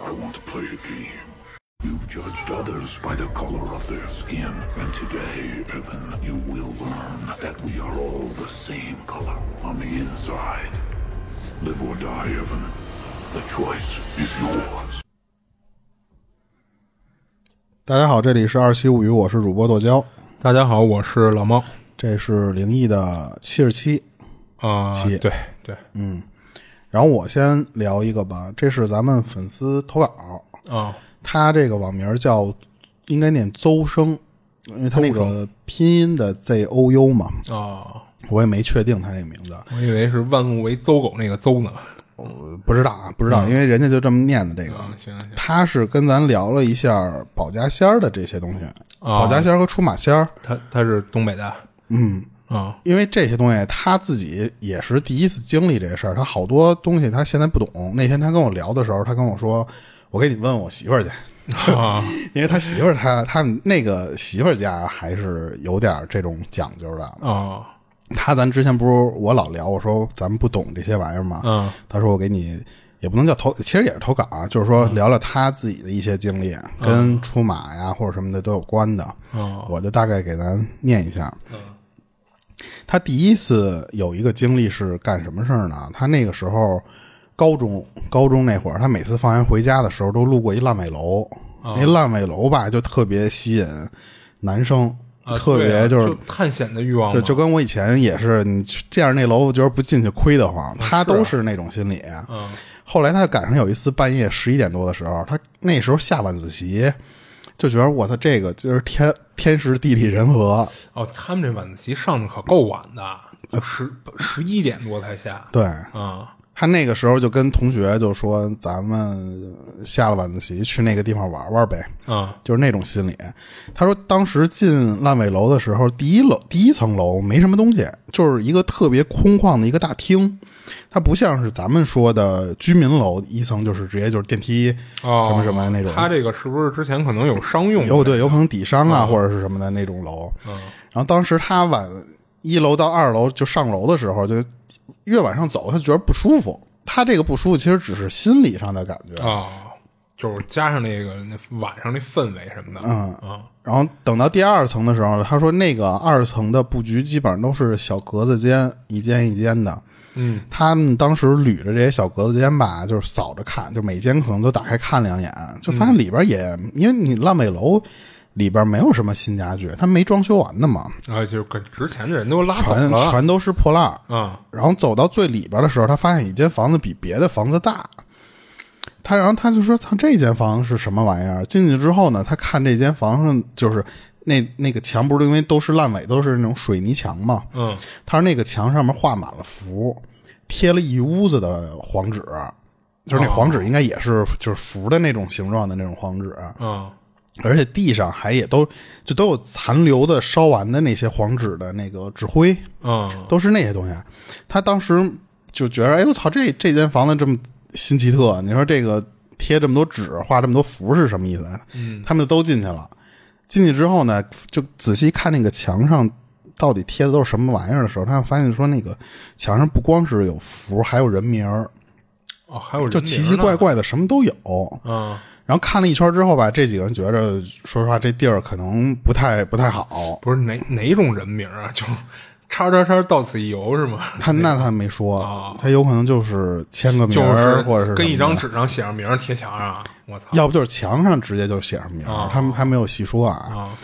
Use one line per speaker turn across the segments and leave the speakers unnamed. don't play a game. You've judged others by the color of their skin, and today, Evan, you will learn that we are all the same color on the inside. Live or die, Evan. The choice is yours.
大家好，这里是二七物语，我是主播剁椒，
大家好，我是老猫
这是灵异的七十七。
啊、
七
对对，嗯
然后我先聊一个吧，这是咱们粉丝投稿，
啊
他这个网名叫应该念邹生，因为他那个拼音的 Z O U 嘛，
啊，
我也没确定他这个名字，
我以为是万物为邹狗那个邹呢。啊
不知道啊，不知道，因为人家就这么念的这个。
啊，行行，
他是跟咱聊了一下保家仙儿的这些东西，
啊
保家仙儿和出马仙儿，
他他是东北的，
嗯，
啊
因为这些东西他自己也是第一次经历这事儿，他好多东西他现在不懂。那天他跟我聊的时候，他跟我说：“我给你问我媳妇儿去，
啊
因为他媳妇儿他他们那个媳妇儿家还是有点这种讲究的。
啊
他咱之前不是我老聊，我说咱们不懂这些玩意儿嘛，
嗯
他说我给你也不能叫投，其实也是投稿啊，就是
嗯
说聊聊他自己的一些经历，跟出马呀或者什么的都有关的。
啊
我就大概给咱念一下。
嗯
他第一次有一个经历是干什么事儿呢？他那个时候高中，高中那会儿，他每次放学回家的时候都路过一烂尾楼，
嗯
那烂尾楼吧就特别吸引男生，
啊，
特
对啊
别
就是探险的欲望
就
嘛，
就跟我以前也是，你去见着那楼，我觉得不进去亏得慌，他都是那种心理。
嗯
后来他赶上有一次半夜十一点多的时候，他那时候下晚自习，就觉得我操，这个就是天天时地利人和。
哦，他们这晚自习上的可够晚的，十十一点多才下
呃对
啊
他那个时候就跟同学就说，咱们下了晚自习去那个地方玩玩呗。
啊
就是那种心理。他说，当时进烂尾楼的时候，第一楼第一层楼没什么东西，就是一个特别空旷的一个大厅。它不像是咱们说的居民楼，一层就是直接就是电梯
哦
什么什么那种。
他这个是不是之前可能有商用的
有对，有可能底商啊、或者是什么的那种楼。然后当时他往一楼到二楼就上楼的时候，就越往上走，他觉得不舒服。他这个不舒服其实只是心理上的感觉，
啊？就是加上那个那晚上那氛围什么的，嗯啊
然后等到第二层的时候，他说那个二层的布局基本上都是小格子间，一间一间的。
嗯，
他们当时捋着这些小格子间吧，就是扫着看，就每间可能都打开看两眼，就发现
嗯
里边也，因为你烂尾楼里边没有什么新家具，它没装修完的嘛，
啊，就是跟之前的人都拉走
全
了，
全都是破烂儿。
啊
然后走到最里边的时候，他发现一间房子比别的房子大。他然后他就说：“他这间房是什么玩意儿？”进去之后呢，他看这间房上就是那那个墙，不是因为都是烂尾，都是那种水泥墙嘛。
嗯
他说那个墙上面画满了符，贴了一屋子的黄纸，就是那黄纸应该也是就是符的那种形状的那种黄纸。
嗯
而且地上还也都就都有残留的烧完的那些黄纸的那个纸灰，
嗯
都是那些东西。啊他当时就觉得，哎，我操，这这间房子这么新奇特，你说这个贴这么多纸，画这么多符是什么意思？嗯，他们都进去了。进去之后呢，就仔细看那个墙上到底贴的都是什么玩意儿的时候，他发现说那个墙上不光是有符，还有人名儿，
哦，还有人
就
名
奇奇
呢
怪，怪的什么都有。
嗯，
然后看了一圈之后吧，这几个人觉着，说实话，这地儿可能不太不太好。
不是哪哪种人名啊？就叉叉叉到此一游是吗？
他那他没说，他有可能就是签个 名
啊就
儿，或者是
跟
什
一
么
张
的
纸上写上名儿贴墙上，我操
要不就是墙上直接就写上名儿，他们还没有细说啊。
啊！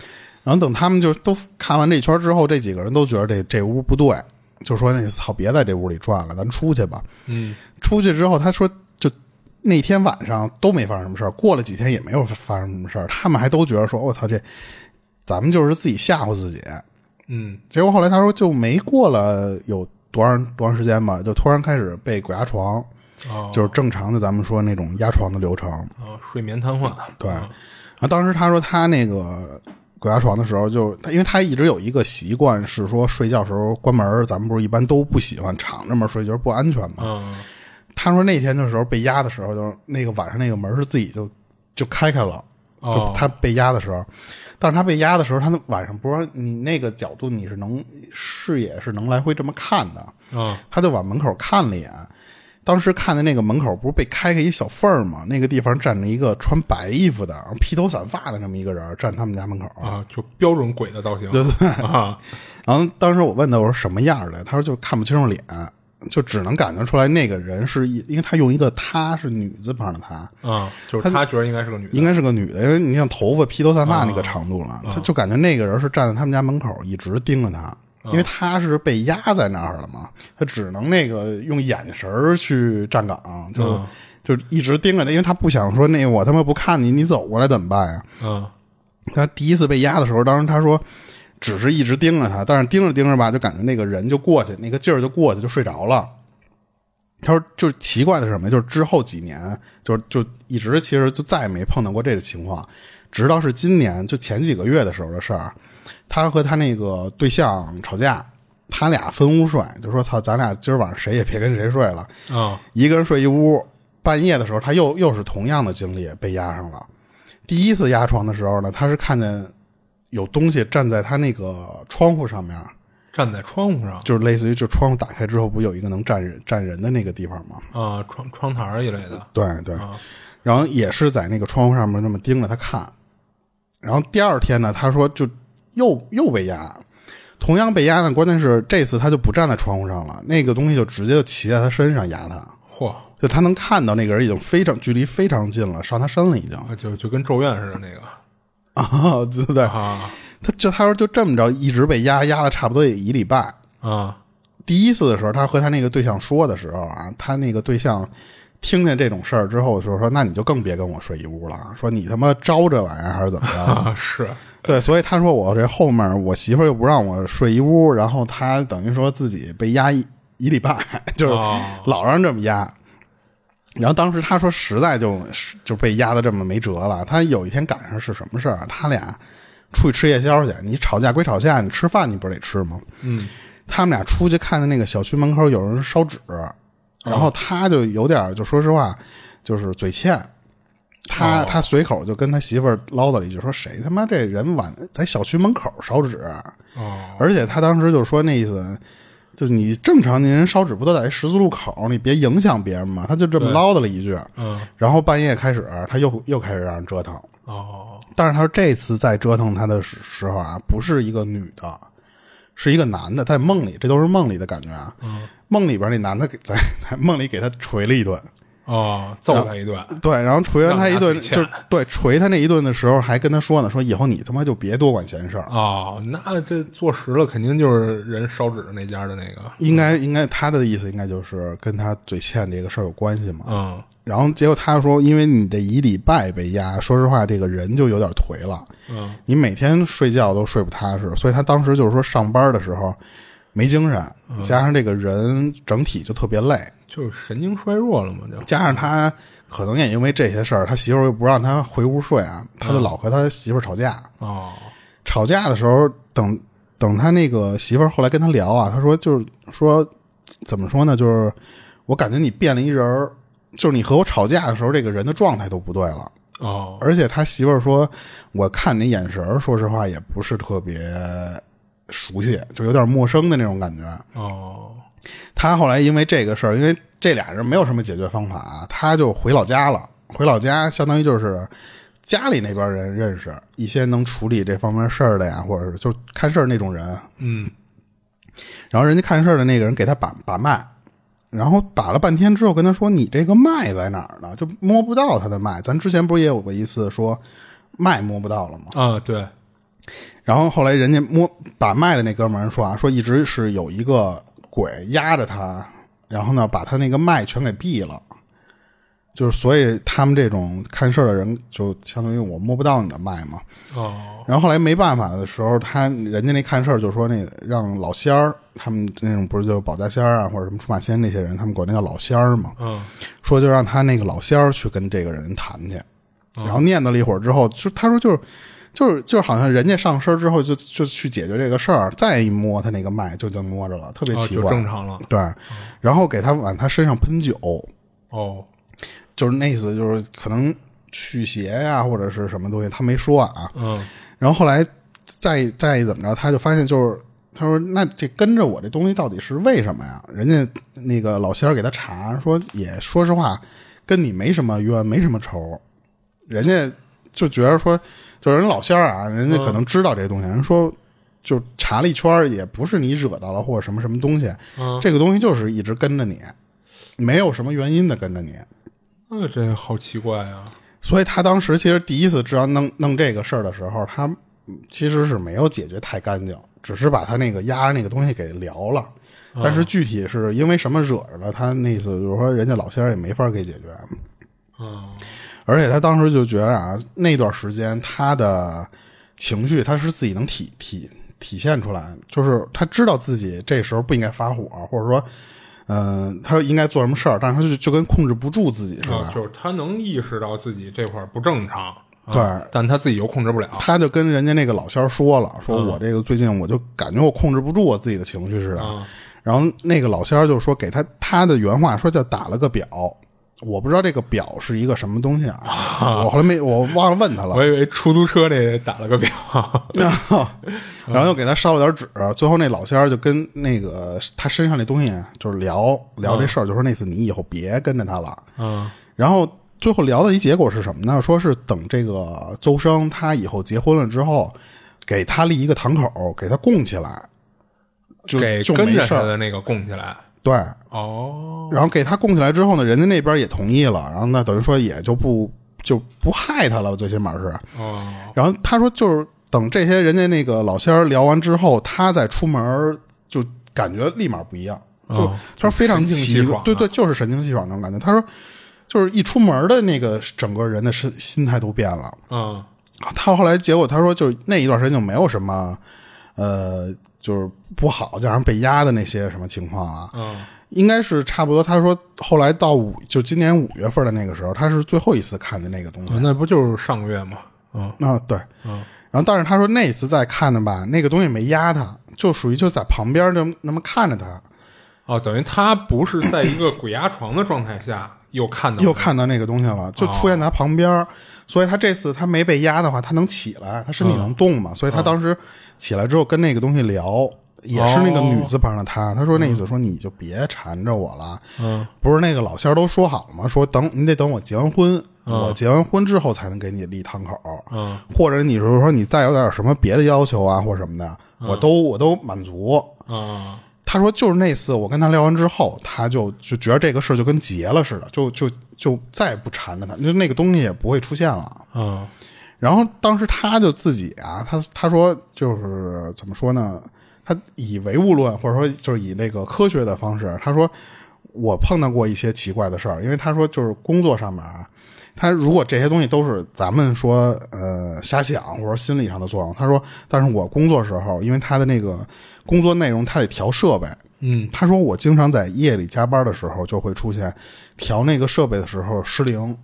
然后等他们就都看完这圈之后，这几个人都觉得这这屋不对，就说那操，别在这屋里转了，咱出去吧。
嗯，
出去之后，他说就那天晚上都没发生什么事儿，过了几天也没有发生什么事儿，他们还都觉得说，我、操，这咱们就是自己吓唬自己。
嗯，
结果后来他说就没过了有多长多长时间吧，就突然开始被鬼压床，
哦
就是正常的咱们说那种压床的流程。
啊，睡眠瘫痪，
对，然后当时他说他那个鬼压床的时候就，他因为他一直有一个习惯是说睡觉时候关门儿，咱们不是一般都不喜欢敞着门睡，觉得不安全嘛。
嗯
他说那天的时候被压的时候，就是那个晚上那个门是自己就就开开了，
哦
就他被压的时候。但是他被压的时候，他那晚上不是你那个角度你是能视野是能来回这么看的，
啊
他就往门口看了一眼，当时看的那个门口不是被开开一小缝儿吗？那个地方站着一个穿白衣服的，然后披头散发的这么一个人儿站他们家门口。
啊，就标准鬼的造型，对对啊，
然后当时我问他，我说什么样儿的？他说就是看不清楚脸，就只能感觉出来那个人是一，因为他用一个她是女字旁的她，
啊，就是他觉得应该是个女的啊
应该是个女的，因为你像头发披头散发那个长度了，他就感觉那个人是站在他们家门口一直盯着
啊
他，因为他是被压在那儿了嘛，他只能那个用眼神儿去站岗，就、
啊
就一直盯着他，因为他不想说那个我他妈不看你，你走过来怎么办呀？
啊，
他第一次被压的时候，当时他说只是一直盯着他，但是盯着盯着吧，就感觉那个人就过去，那个劲儿就过去，就睡着了。他说，就是奇怪的是什么呀？就是之后几年，就是就一直其实就再也没碰到过这个情况，直到是今年，就前几个月的时候的事儿。他和他那个对象吵架，他俩分屋睡，就说操，咱俩今儿晚上谁也别跟谁睡了，
啊
一个人睡一屋。半夜的时候，他又又是同样的经历，被压上了。第一次压床的时候呢，他是看见有东西站在他那个窗户上面，
站在窗户上
就是类似于就窗户打开之后，不有一个能站人站人的那个地方吗？
啊，窗窗台儿一类的
对对，然后也是在那个窗户上面那么盯着他看。然后第二天呢，他说就又又被压，同样被压呢，关键是这次他就不站在窗户上了，那个东西就直接就骑在他身上压他。
嚯，
就他能看到那个人已经非常距离非常近了，上他身了已经
啊就就跟咒怨似的那个
啊，对不对？
啊
他就他说就这么着一直被压，压了差不多也一礼拜。
啊
第一次的时候，他和他那个对象说的时候啊，他那个对象听见这种事儿之后，就说：“那你就更别跟我睡一屋了啊，说你他妈招这玩意儿还是怎么着？”
啊是
对，所以他说我这后面我媳妇儿又不让我睡一屋，然后他等于说自己被压一一礼拜， 就是
哦
老让这么压。然后当时他说实在就就被压的这么没辙了。他有一天赶上是什么事儿啊？他俩出去吃夜宵去，你吵架归吵架，你吃饭你不是得吃吗？
嗯
他们俩出去看见那个小区门口有人烧纸，
哦
然后他就有点儿就说实话，就是嘴欠。他
哦
他随口就跟他媳妇儿唠叨了一句，说谁他妈这人晚在小区门口烧纸，啊
哦
而且他当时就说那意思，就是你正常你人烧纸不都在十字路口，你别影响别人嘛。他就这么唠叨了一句，
嗯
然后半夜开始他又又开始让人折腾，
哦
但是他说这次再折腾他的时时候啊，不是一个女的，是一个男的，在梦里，这都是梦里的感觉啊。
嗯
梦里边那男的给在 在梦里给他锤了一顿，
哦揍他一顿
对，然后锤完他一顿，
让他自己
就是对锤他那一顿的时候，还跟他说呢，说以后你他妈就别多管闲事儿。
哦，那这坐实了肯定就是人烧纸那家的那个
应该应该他的意思应该就是跟他嘴欠这个事儿有关系嘛。
嗯
然后结果他说，因为你这一礼拜被压，说实话，这个人就有点颓了。
嗯
你每天睡觉都睡不踏实，所以他当时就是说上班的时候没精神，加上这个人整体就特别累，
就是神经衰弱了嘛就
加上他可能也因为这些事儿，他媳妇儿又不让他回屋睡啊，他就老和他媳妇儿吵架。
哦
吵架的时候，等等他那个媳妇儿后来跟他聊啊，他说就是说怎么说呢，就是我感觉你变了一人儿，就是你和我吵架的时候，这个人的状态都不对了。
哦
而且他媳妇儿说，我看你眼神儿，说实话也不是特别熟悉，就有点陌生的那种感觉。
哦
他后来因为这个事儿，因为这俩人没有什么解决方法啊，他就回老家了。回老家相当于就是家里那边人认识一些能处理这方面事儿的呀，或者是就是看事儿那种人。
嗯
然后人家看事儿的那个人给他把把脉，然后把了半天之后跟他说：“你这个脉在哪儿呢？就摸不到他的脉。”咱之前不是也有过一次说脉摸不到了吗？
啊对
然后后来人家摸把脉的那哥们儿说啊，说一直是有一个鬼压着他，然后呢把他那个脉全给闭了，就是所以他们这种看事儿的人就相当于我摸不到你的脉嘛。
哦
然后后来没办法的时候，他人家那看事儿就说那让老仙儿，他们那种不是就保家仙儿啊或者什么出马仙那些人，他们管那叫老仙儿嘛，
嗯
说就让他那个老仙儿去跟这个人谈去，
哦
然后念叨了一会儿之后，就他说就是就是就是好像人家上身之后就就去解决这个事儿，再一摸他那个脉就能摸着了，特别
啊
奇
就
怪。
正常了
对，然后给他往他身上喷酒，
哦
就是那意思就是可能驱邪呀、或者是什么东西，他没说啊。
嗯
然后后来再再怎么着，他就发现就是他说：“那这跟着我这东西到底是为什么呀？”人家那个老仙儿给他查说，也说实话，跟你没什么冤，没什么仇。人家就觉得说，就是人老仙儿啊，人家可能知道这东西，人说就查了一圈儿，也不是你惹到了或者什么什么东西，
嗯
这个东西就是一直跟着你，没有什么原因的跟着你。
那这好奇怪啊！
所以他当时其实第一次知道弄弄这个事儿的时候，他嗯其实是没有解决太干净，只是把他那个压着那个东西给聊了。但是具体是因为什么惹着了他，那意思就是说人家老仙儿也没法给解决。
嗯
而且他当时就觉得啊，那段时间他的情绪他是自己能体体体现出来，就是他知道自己这时候不应该发火，或者说，嗯、他应该做什么事儿，但是他就就跟控制不住自己似的。
啊，就是他能意识到自己这块儿不正常，啊
对，
但他自己又控制不了。
他就跟人家那个老仙儿说了，说我这个最近我就感觉我控制不住我自己的情绪似的。啊然后那个老仙儿就说给他他的原话说叫打了个表，我不知道这个表是一个什么东西啊，我后来没我忘了问他了
我。以为出租车那打了个表，
然后， 然后又给他烧了点纸。最后那老仙儿就跟那个他身上那东西就是聊聊这事儿，就说那次你以后别跟着他了。
嗯，
然后最后聊的一结果是什么呢？说是等这个邹生他以后结婚了之后，给他立一个堂口，给他供起来，就
给
就
跟
没
着
事
他
儿。
的那个供起来。
对，
哦，
然后给他供起来之后呢，人家那边也同意了，然后呢，等于说也就不就不害他了，最起码是。
哦，
然后他说，就是等这些人家那个老仙儿聊完之后，他再出门儿就感觉立马不一样，就、
哦
他说非常
神清
奇
气爽
怪，
啊
对对，就是神清气爽那种感觉。他说，就是一出门的那个整个人的身心态都变了。
嗯，
他后来结果他说，就是那一段时间就没有什么，呃，就是不好，加上被压的那些什么情况啊，
嗯，
应该是差不多。他说后来到五，就今年五月份的那个时候，他是最后一次看见那个东西。
哦那不就是上个月吗？嗯，
啊，对，
嗯
然后但是他说那次再看的吧，那个东西没压他，就属于就在旁边就那么看着他，
哦，等于他不是在一个鬼压床的状态下又看到
又
了
看到那个东西了，就出现在他旁边儿，所以他这次他没被压的话，他能起来，他身体能动嘛，所以他当时起来之后跟那个东西聊。也是那个女字旁的她，她说那意思说你就别缠着我了，
哦嗯，
不是那个老仙儿都说好了吗？说等你得等我结完婚，我结完婚之后才能给你立堂口，
嗯，
或者你是说你再有点什么别的要求啊，或者什么的，
嗯
我都我都满足。
啊，
他说就是那次我跟他聊完之后，他就就觉得这个事儿就跟结了似的，就就就再也不缠着他，就那个东西也不会出现了。
嗯，
然后当时他就自己啊，他他说就是怎么说呢？他以唯物论或者说就是以那个科学的方式，他说我碰到过一些奇怪的事儿，因为他说就是工作上面啊，他如果这些东西都是咱们说呃瞎想或者心理上的作用，他说，但是我工作时候，因为他的那个工作内容他得调设备，
嗯，
他说我经常在夜里加班的时候就会出现调那个设备的时候失灵，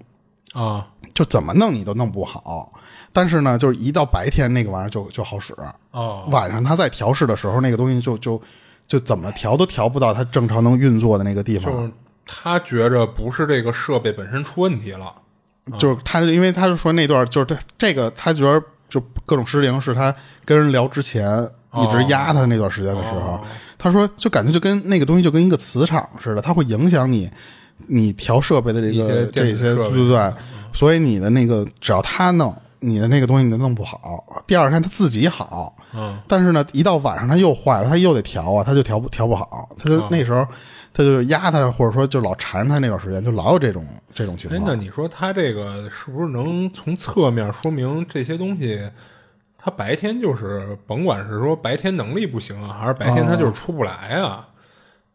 啊，
就怎么弄你都弄不好。但是呢，就是一到白天那个玩意儿就就好使，
哦，
晚上他在调试的时候，那个东西就就就怎么调都调不到它正常能运作的那个地方。
就是他觉着不是这个设备本身出问题了。
就是
嗯
他，因为他就说那段就是这这个，他觉得就各种失灵是他跟人聊之前
哦
一直压他那段时间的时候，他说就感觉就跟那个东西就跟一个磁场似的，它会影响你你调设备的这个
一些电
这
子
些对
设备嗯
不对？所以你的那个只要他弄，你的那个东西你就弄不好。第二天他自己好，
嗯，
但是呢，一到晚上他又坏了，他又得调啊，他就调不调不好，他
嗯
就那时候他就压他，或者说就老缠他那段时间，就老有这种这种情
哎
况，。
那你说他这个是不是能从侧面说明这些东西？他白天就是甭管是说白天能力不行啊，还是白天他就是出不来啊，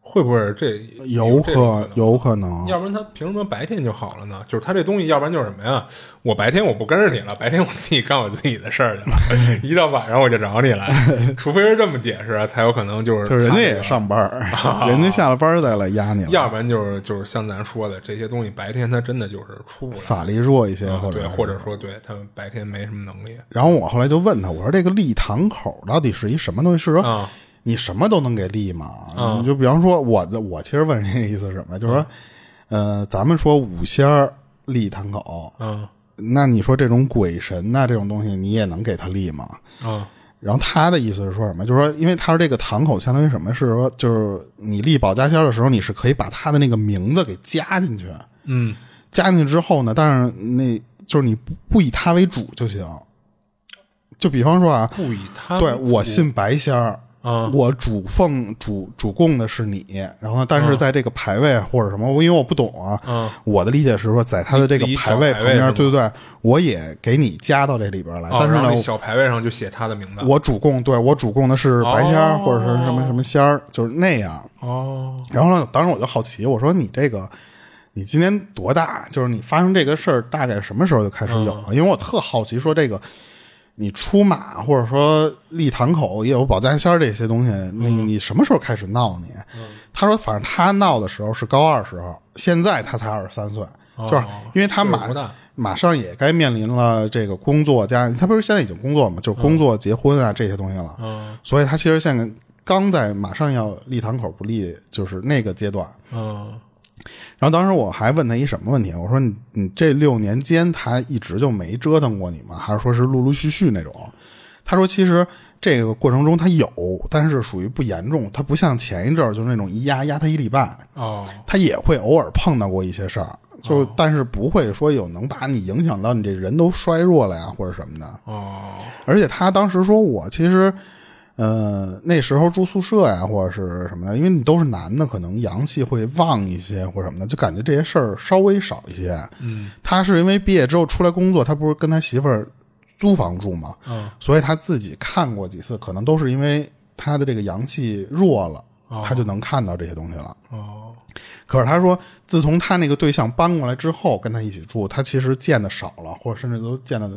会不会这
有
这种
可有可能，
要不然他凭什么白天就好了呢？就是他这东西，要不然就是什么呀？我白天我不跟着你了，白天我自己干我自己的事儿去了， 一到晚上我就找你来，除非是这么解释啊，才有可能就是
就是人家
看这
也
个，
上班 儿，人家下了班儿再来压你了，
要不然就是就是像咱说的这些东西，白天他真的就是出不来，
法力弱一些，
啊
或者
对，
是
或者。说对他们白天没什么能力
然后我后来就问他，我说这个立堂口到底是一什么东西？是说
啊，
你什么都能给立吗？你就比方说我的，我其实问人家意思是什么，就是说，
啊
呃，咱们说五仙儿立堂口，
嗯
那你说这种鬼神呐、这种东西，你也能给他立吗？
啊
然后他的意思是说什么？就是说，因为他说这个堂口相当于什么？是说，就是你立保家仙儿的时候，你是可以把他的那个名字给加进去。
嗯，
加进去之后呢，但是那就是你不不以他为主就行。就比方说啊，
不以他
对我信白仙儿，
啊
我主奉主主供的是你，然后呢，但是在这个牌位啊或者什么，我因为我不懂啊，
嗯
我的理解是说，在他的这个
你你
牌位
找
旁
牌位是
边，
吗
对对对，我也给你加到这里边来，
哦
但是
然后那
呢，
小牌位上就写他的名字。
我主供对我主供的是白仙儿、
哦
或者是什么什么仙儿，就是那样。
哦，
然后呢，当时我就好奇，我说你这个，你今年多大？就是你发生这个事儿大概什么时候就开始有
嗯
了？因为我特好奇，说这个你出马或者说立堂口也有保家仙儿这些东西，那
嗯
个你什么时候开始闹你？他说，反正他闹的时候是高二时候，现在他才二十三岁，
哦
就是因为他
岁数
马
不大
马上也该面临了这个工作加，他不是现在已经工作嘛，就是工作、结婚啊这些东西了，
嗯
所以他其实现在刚在马上要立堂口不立，就是那个阶段。
嗯
然后当时我还问他一什么问题，啊我说你你这六年间他一直就没折腾过你吗？还是说是陆陆续续那种？他说其实这个过程中他有，但是属于不严重，他不像前一阵儿就是那种一压压他一礼拜，
哦
他也会偶尔碰到过一些事儿，就、但是不会说有能把你影响到你这人都衰弱了呀或者什么的。
哦
而且他当时说我其实，呃，那时候住宿舍呀，或者是什么的，因为你都是男的，可能阳气会旺一些或者什么的，就感觉这些事儿稍微少一些。嗯，他是因为毕业之后出来工作，他不是跟他媳妇儿租房住嘛，
嗯，
所以他自己看过几次，可能都是因为他的这个阳气弱了，他就能看到这些东西了。
哦
可是他说，自从他那个对象搬过来之后，跟他一起住，他其实见的少了，或者甚至都见的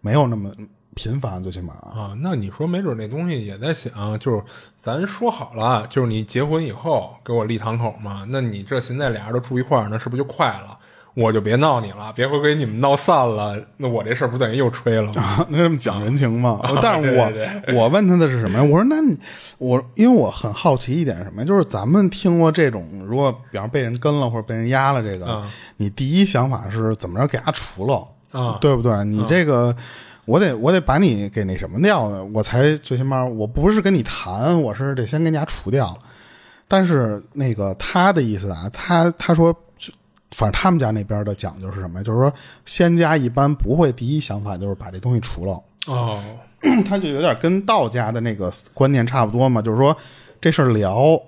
没有那么频繁，最起码。
啊，那你说没准那东西也在想，就是咱说好了，就是你结婚以后给我立堂口嘛，那你这现在俩人都住一块儿，那是不是就快了？我就别闹你了，别回给你们闹散了，那我这事儿不等于又吹了 吗？
那这么讲人情吗？但是
哦对
我
对
我问他的是什么呀？我说那你我因为我很好奇一点是什么呀，就是咱们听过这种，如果比方被人跟了或者被人压了，这个、
嗯
你第一想法是怎么着给他除了，
啊
对不对？你这个。我得我得把你给那什么掉呢，我才最起码我不是跟你谈，我是得先跟人家除掉。但是那个他的意思啊，他他说，就反正他们家那边的讲究是什么呀？就是说，仙家一般不会第一想法就是把这东西除了，
哦，
他就有点跟道家的那个观念差不多嘛，就是说这事儿聊，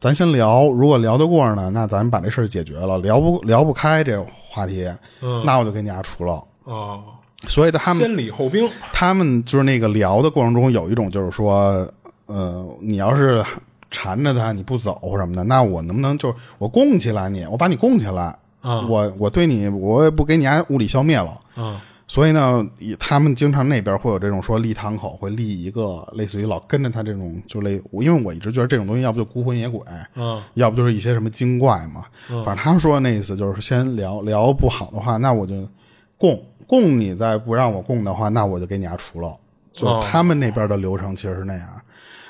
咱先聊，如果聊得过呢，那咱把这事儿解决了；聊不聊不开这个话题，那我就给你家除了。
哦，
所以他们
先礼后兵，
他们就是那个聊的过程中，有一种就是说，呃，你要是缠着他你不走什么的，那我能不能就是我供起来你，我把你供起来，
啊
我我对你，我也不给你家物理消灭了。
嗯
所以呢，以他们经常那边会有这种说立堂口会立一个类似于老跟着他这种，就类，因为我一直觉得这种东西要不就孤魂野鬼，
嗯，
要不就是一些什么精怪嘛。反正他说那意思就是先聊聊不好的话，那我就供供你，再不让我供的话，那我就给你家除了。就
哦
是他们那边的流程其实是那样。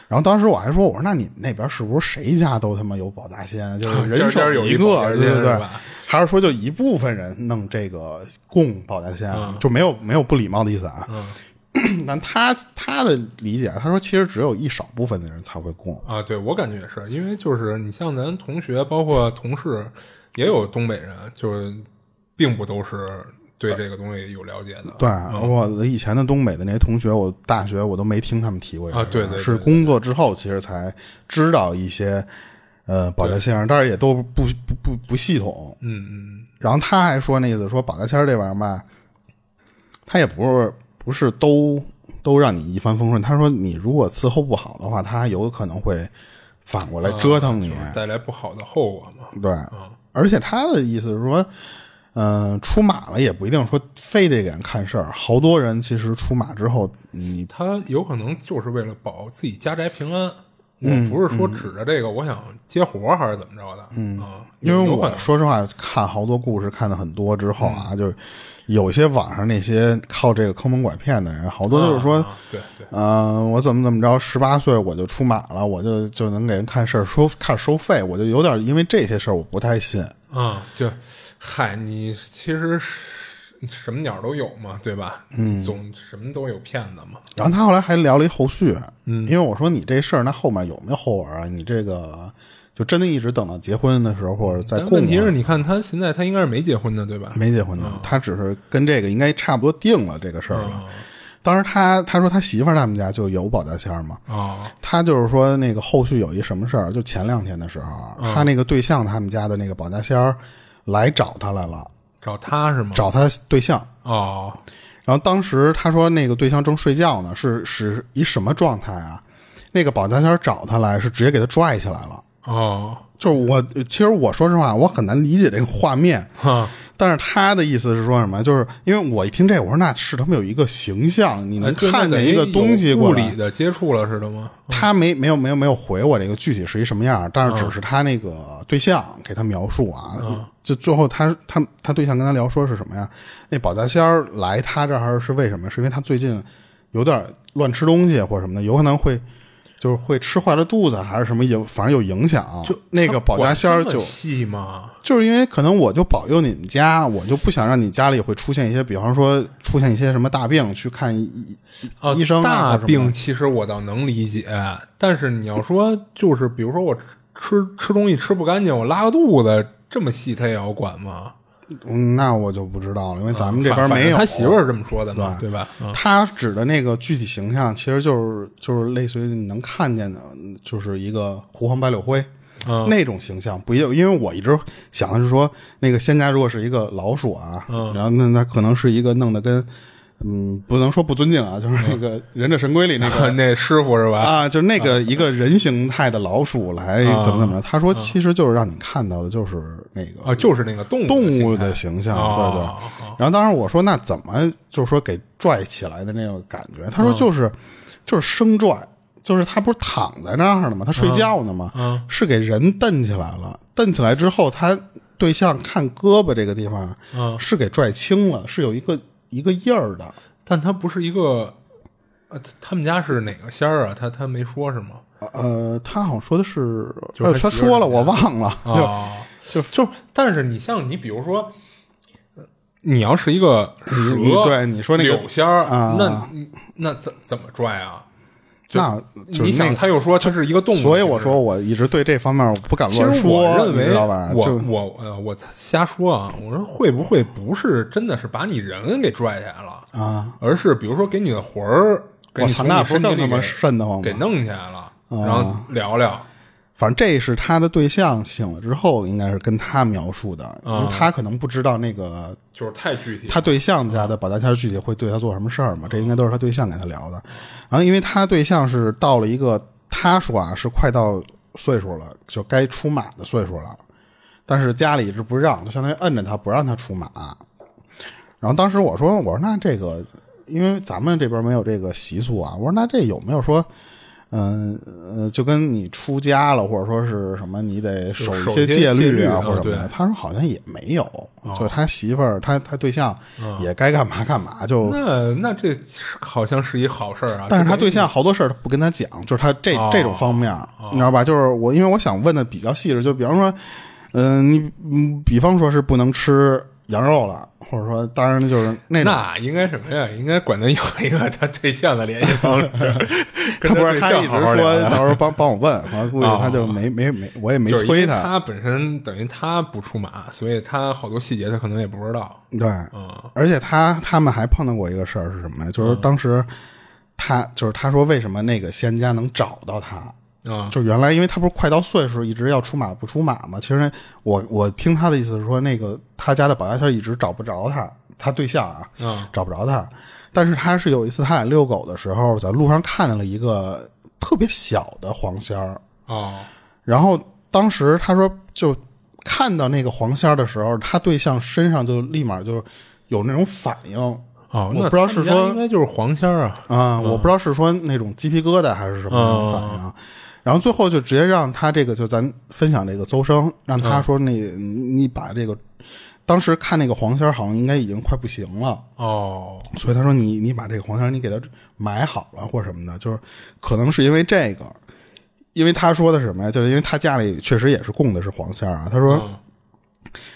然后当时我还说，我说那你们那边是不是谁家都他妈有保家仙，啊就是
家
人
家
手
有一
一
保
个，
家仙
对对
是
对
吧？
还是说就一部分人弄这个供保家仙，啊
嗯
就没有没有不礼貌的意思啊？ 但他他的理解，他说其实只有一少部分的人才会供，
啊，对我感觉也是，因为就是你像咱同学，包括同事，也有东北人，就是并不都是对这个东西有了解的。
对，我以前的东北的那些同学，我大学我都没听他们提过这个
啊对对对
是工作之后其实才知道一些呃保家仙儿，但是也都不不不不系统。
嗯嗯，
然后他还说那意思说保家仙儿这玩意儿吧，他也不是不是都都让你一帆风顺。他说你如果伺候不好的话，他有可能会反过来
啊
折腾你。
带来不好的后果嘛。
对，而且他的意思是说，嗯、出马了也不一定说非得给人看事儿，好多人其实出马之后，你
他有可能就是为了保自己家宅平安，
嗯
我不是说指着这个我想接活儿还是怎么着的。嗯啊，
因为
有可
我
能嗯
说实话，看好多故事看的很多之后啊，就是有些网上那些靠这个坑蒙拐骗的人，好多就是说。
啊啊对对
嗯、我怎么怎么着，十八岁我就出马了，我就就能给人看事儿，收看收费，我就有点因为这些事儿我不太信。
啊，就嗨，你其实是什么鸟都有嘛，对吧？嗯，总什么都有骗子嘛。
然后他后来还聊了一后续，嗯，因为我说你这事儿那后面有没有后文啊？你这个就真的一直等到结婚的时候或者在
但
供
问题
啊
是，哦你看他现在他应该是没结婚的，对吧？
没结婚呢，他只是跟这个应该差不多定了这个事儿
哦
了。当时他他说他媳妇儿他们家就有保家仙儿嘛，
哦，
他就是说那个后续有一什么事儿，就前两天的时候，啊
哦
他那个对象他们家的那个保家仙儿来找他来
哦
了，
找他是吗？
找他对象。
哦，
然后当时他说那个对象正睡觉呢，是是一什么状态啊？那个保家仙儿找他来是直接给他拽起来了。
哦，
就是我，其实我说实话，我很难理解这个画面。
哈，
但是他的意思是说什么？就是因为我一听这，我说那是他们有一个形象，你能
哎对
看
那
见一
等
个
于
东西
有
过
物
来
理。的接触了似的吗？
他没没有没有没有回我这个具体是一什么样，但是只是他那个对象给他描述啊，
嗯
就最后他他他对象跟他聊说是什么呀？那保家仙儿来他这儿是为什么？是因为他最近有点乱吃东西或者什么的，有可能会就是会吃坏了肚子还是什么影，反正有影响。就那个保家仙儿
他管这
就
么细吗？
就是因为可能我就保佑你们家，我就不想让你家里会出现一些，比方说出现一些什么大病，去看医
啊，
医生啊
大
或者什么
病其实我倒能理解，但是你要说就是比如说我吃吃东西吃不干净，我拉个肚子这么细，他也要管吗？
嗯，那我就不知道了，因为咱们这边
反
没有。
反正他媳妇儿是这么说的嘛，
对
对吧？嗯
他指的那个具体形象，其实就是就是类似于你能看见的，嗯就是一个胡黄白柳灰、
嗯
那种形象，不一定。因为我一直想的是说，那个仙家如果是一个老鼠啊，
嗯
然后那那可能是一个弄得跟嗯，不能说不尊敬啊，就是那个《忍者神龟》里那个
嗯那师傅是吧？
啊，就是那个一个人形态的老鼠来
嗯
怎么怎么着？他说其实就是让你看到的就是那个
啊，就是那个动物
动物
的形
的形象，对对
哦。
然后当时我说那怎么就是说给拽起来的那个感觉？他说
嗯
就是就是生拽，就是他不是躺在那儿呢吗？他睡觉呢吗？
嗯
是给人蹬起来了，蹬起来之后，他对象看胳膊这个地方
嗯
是给拽青了，是有一个一个印儿的。
态，但他不是一个，呃，他他们家是哪个仙儿啊？他他没说是吗？
呃，他好像说的是，
就
呃，
是他
他
媳妇儿
说了，
他们
我忘了。
啊，就就但是你像你比如说，呃你要是一个蛇，
你对你说那个
柳仙儿
啊，
那你那怎怎么拽啊？就
那就是
你
那
想，
个
他又说他是一个动物，
所以我
其
说，
实。
我一直对这方面我不敢
其
乱
实
说，
我认为，
你知道吧？
我
就
我呃，我瞎说啊，我说会不会不是真的是把你人给拽起来了
啊，
而是比如说给你的魂儿，给
我
你
操
从
那
你
不
身体
更他
里
妈
给
瘆得慌吗哦
给弄起来了，然后聊聊，
反正这是他的对象醒了之后，应该是跟他描述的，因为他可能不知道那个
就是太具体了。
他对象家的保家仙儿具体会对他做什么事儿嘛，这应该都是他对象给他聊的。然后，因为他对象是到了一个，他说啊是快到岁数了，就该出马的岁数了，但是家里一直不让，就相当于摁着他不让他出马。然后当时我说，我说那这个，因为咱们这边没有这个习俗啊，我说那这有没有说？嗯呃，就跟你出家了，或者说是什么，你得守一
守
些
一些
戒
戒
律
律
啊，
啊
或者什么
对
的。他说好像也没有，
哦
就是他媳妇儿，他他对象也该干嘛干嘛就，
嗯那那这是好像是一好事儿啊，
但是他
就
对
跟
象好多事儿他不跟他讲，就是他这、
哦
这种方面，你知道吧？就是我因为我想问的比较细致，就比方说，嗯、你嗯，比方说是不能吃羊肉了，或者说当然就是那种。
那应该什么呀？应该管他要一个他对象的联系方式。跟
他不是
对
他
象
一直
好好聊
说
聊哦
到时候帮帮我问，然后估计他就没没没，我也没
就是因为
催
他，本身等于他不出马，所以他好多细节他可能也不知道。
对，而且他他们还碰到过一个事儿是什么呀？就是当时他就是他说为什么那个仙家能找到他？
啊
就原来因为他不是快到岁数，一直要出马不出马嘛。其实那我我听他的意思是说，那个他家的保家仙儿一直找不着他，他对象啊，
嗯
找不着他。但是他是有一次他俩遛狗的时候，在路上看见了一个特别小的黄仙儿，
哦
然后当时他说，就看到那个黄仙儿的时候，他对象身上就立马就有那种反应
哦，
我
那
不知道
他
是
们家
说
应该就是黄仙儿啊。
啊、我不知道是说那种鸡皮疙瘩还是什么那种反
哦
应。啊然后最后就直接让他这个，就咱分享这个邹生，让他
嗯
说那，你你把这个，当时看那个黄仙儿好像应该已经快不行了，
哦，
所以他说你你把这个黄仙儿你给他买好了或什么的，就是可能是因为这个，因为他说的是什么呀？就是因为他家里确实也是供的是黄仙儿啊。他说、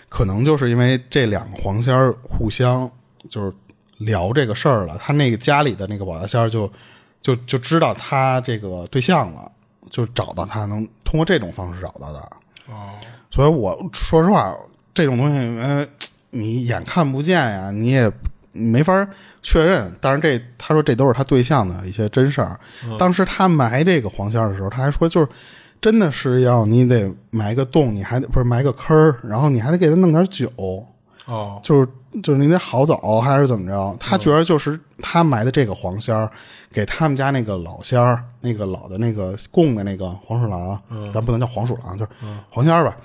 可能就是因为这两个黄仙儿互相就是聊这个事儿了，他那个家里的那个保家仙儿就就就知道他这个对象了，就找到他能通过这种方式找到的。
哦，
所以我说实话，这种东西，呃，你眼看不见呀，你也没法确认。但是这他说这都是他对象的一些真事儿。当时他埋这个黄仙儿的时候，他还说就是。真的是要你得埋个洞，你还得不是埋个坑儿，然后你还得给他弄点酒，
哦，
就是就是你得好走还是怎么着？他觉得就是他埋的这个黄仙儿，给他们家那个老仙儿，那个老的那个供的那个黄鼠狼，咱不能叫黄鼠狼，就是黄仙儿吧，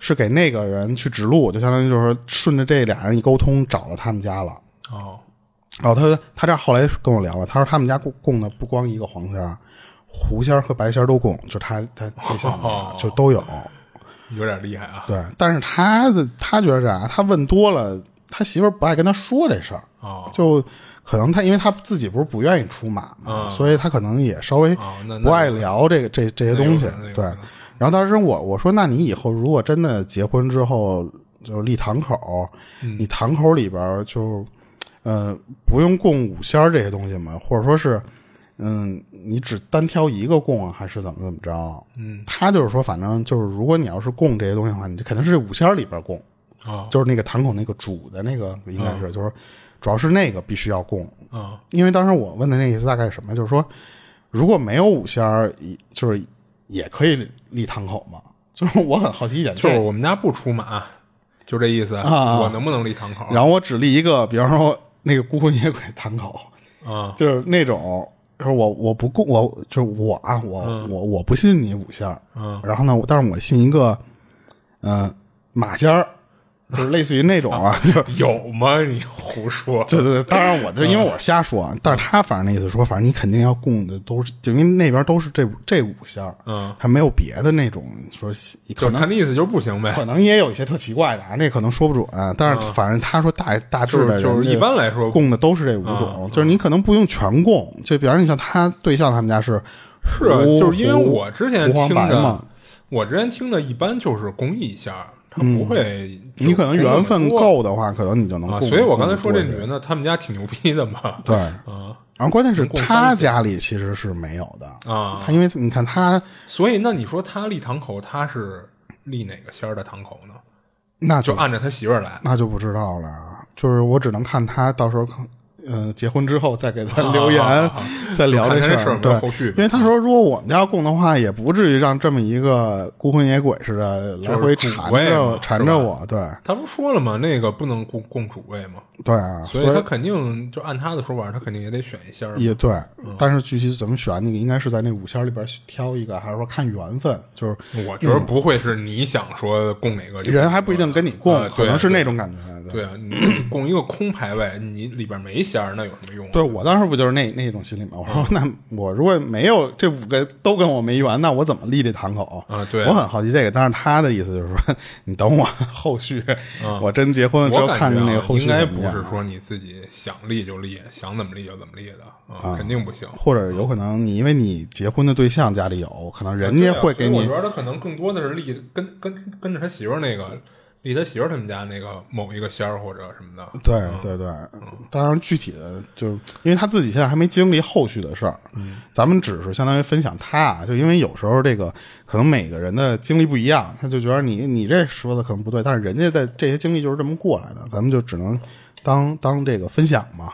是给那个人去指路，就相当于就是说顺着这俩人一沟通找到他们家了。
哦，
然后他他这儿后来跟我聊了，他说他们家供供的不光一个黄仙儿，狐仙儿和白仙儿都供，就他他对象家、
哦
就都有。
有点厉害啊。
对，但是他的他觉得啥？他问多了，他媳妇儿不爱跟他说这事儿，
哦
就可能他因为他自己不是不愿意出马嘛，
嗯
所以他可能也稍微
哦那那
不爱聊这个、这这些东西
那有可能那。有
对
可能，
然后当时我我说，那你以后如果真的结婚之后就是立堂口，
嗯
你堂口里边儿就呃不用供五仙儿这些东西吗？或者说是嗯，你只单挑一个供啊，还是怎么怎么着？
嗯，
他就是说，反正就是，如果你要是供这些东西的话，你就肯定是五仙儿里边供，
哦，
就是那个堂口那个主的那个，应该是、就是主要是那个必须要供，
哦，
因为当时我问的那意思大概是什么，就是说如果没有五仙儿，一就是也可以立堂口嘛。就是我很好奇一点，
就是
这
我们家不出马，就这意思。
啊
我能不能立堂口？
然后我只立一个，比方说那个孤魂野鬼堂口，
啊，
就是那种，就是我我不供我就是我啊，我、我我不信你五仙儿，
嗯
然后呢，我但是我信一个，嗯、马仙儿，就是类似于那种啊， 就是
有吗？你胡说。
对对对，当然我这因为我是瞎说，啊，
嗯
但是他反正那意思说，反正你肯定要供的都是，就因为那边都是这这五仙儿，
嗯，
还没有别的那种说
就
可
是他
能。
那意思就是不行呗，
可能也有一些特奇怪的啊，那可能说不准。但是反正他说大大致
就
的
是就
人
是
家
一般来说嗯
供的都是这五种，就是你可能不用全供，就比方说你像他对象他们家是
是啊，
胡
就是因为
胡
我之前
胡黄
听
白嘛
的，，我之前听的一般就是公益一下，他不会就
嗯你可能
公那么
缘分
多
够的话，可能你就能
啊，
供。
所以我刚才说
供
这
多一
女
些
的，他们家挺牛逼的嘛，
对，
啊
然后关键是
供
他家里其实是没有的，
啊
他，因为你看他
所以那你说他立堂口，他是立哪个仙儿的堂口呢？
那
就
就
按照他媳妇儿来，
那就不知道了，就是我只能看他到时候可。呃，结婚之后再给他留言，
啊啊啊
再聊
就看
事
他这事儿有没有
对，
后续呗
因为他说，如果我们家供的话，也不至于让这么一个孤魂野鬼似的来回
就是主
缠
位
着
嘛
缠
是
着
吧
我，对
他不说了吗？那个不能供供主位嘛，
对啊，所
所以他肯定就按他的说法，他肯定也得选一仙儿嘛。
也对，
嗯
但是具体怎么选，那个应该是在那五仙儿里边挑一个，还是说看缘分？就是
我觉得不会是你想说供哪个就
嗯人还不一定跟你供，
啊对啊
可能是
对啊
那种感觉。
对啊，你你供一个空牌位，你里边没仙儿，那有什么用啊？
对我当时不就是那那种心理嘛？我
嗯
说那我如果没有这五个都跟我没缘，那我怎么立这堂口
啊对啊
我很好奇这个。但是他的意思就是说，你等我后续，我真结婚了之
嗯我
后
感
看
觉
看
啊
那个后续
应该
怎
不
么样
是说你自己想立就立，想怎么立就怎么立的啊，肯定不行。
或者有可能你因为你结婚的对象家里有，可能人家会给
对啊所以
你
我觉得他可能更多的是立跟跟跟着他媳妇儿那个立他媳妇儿他们家那个某一个仙儿或者什么的。
对对对，当然具体的就是因为他自己现在还没经历后续的事儿，咱们只是相当于分享他，啊，就因为有时候这个可能每个人的经历不一样，他就觉得你你这说的可能不对，但是人家的这些经历就是这么过来的，咱们就只能当当这个分享嘛，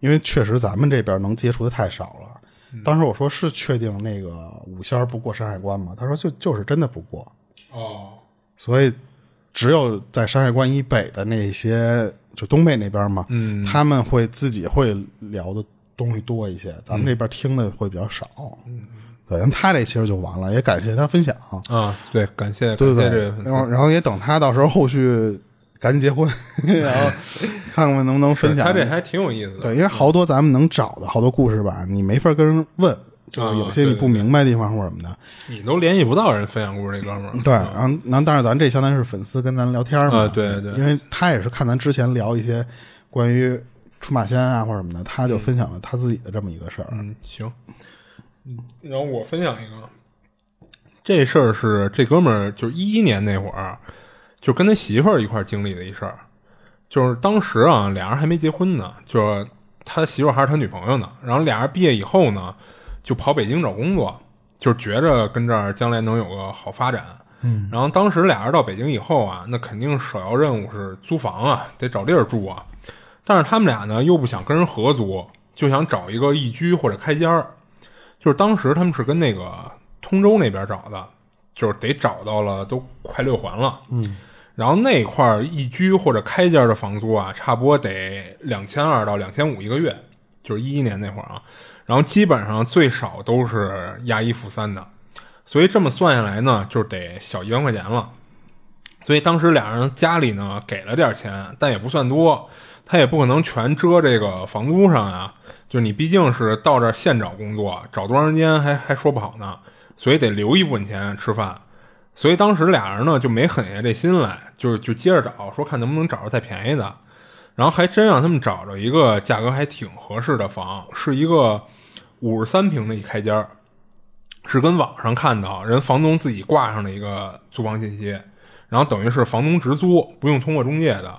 因为确实咱们这边能接触的太少了。当时我说是确定那个五仙儿不过山海关吗？他说就就是真的不过，
哦，
所以只有在山海关以北的那些，就东北那边嘛，
嗯
他们会自己会聊的东西多一些，咱
嗯
们这边听的会比较少。嗯，对，他这其实就完了，也感谢他分享，
啊，对，感谢
对对
感谢这
对
位粉，丝
然后然后也等他到时候后续赶紧结 婚，然后看看能不能分享
他。这还挺有意思的。
对，因为好多咱们能找的好多故事吧，你没法跟人问，就是有些
啊对
你不明白的地方或者什么的。
你都联系不到人分享故事这哥们儿，
对，然后然后但是咱这相当于是粉丝跟咱聊天嘛，
啊对对
因为他也是看咱之前聊一些关于出马仙啊或者什么的，他就分享了他自己的这么一个事儿。
嗯，行，嗯，然后我分享一个，这事儿是这哥们儿就是一一年那会儿，就跟他媳妇儿一块儿经历的一事儿。就是当时啊，俩人还没结婚呢，就是他媳妇还是他女朋友呢。然后俩人毕业以后呢，就跑北京找工作，就是觉着跟这儿将来能有个好发展。嗯，然后当时俩人到北京以后啊，那肯定首要任务是租房啊，得找地儿住啊。但是他们俩呢，又不想跟人合租，就想找一个一居或者开间儿。就是当时他们是跟那个通州那边找的，就是得找到了，都快六环了。嗯，然后那块儿一居或者开间的房租啊，差不多得两千二到两千五一个月，就是一一年那会儿啊。然后基本上最少都是押一付三的，所以这么算下来呢，就是得小一万块钱了。所以当时俩人家里呢给了点钱，但也不算多，他也不可能全遮这个房租上啊。就是你毕竟是到这儿现找工作，找多长时间还还说不好呢，所以得留一部分钱吃饭。所以当时俩人呢就没狠下这心来，就是就接着找，说看能不能找着再便宜的。然后还真让他们找着一个价格还挺合适的房，是一个五十三平的一开间儿，是跟网上看到人房东自己挂上的一个租房信息，然后等于是房东直租，不用通过中介的，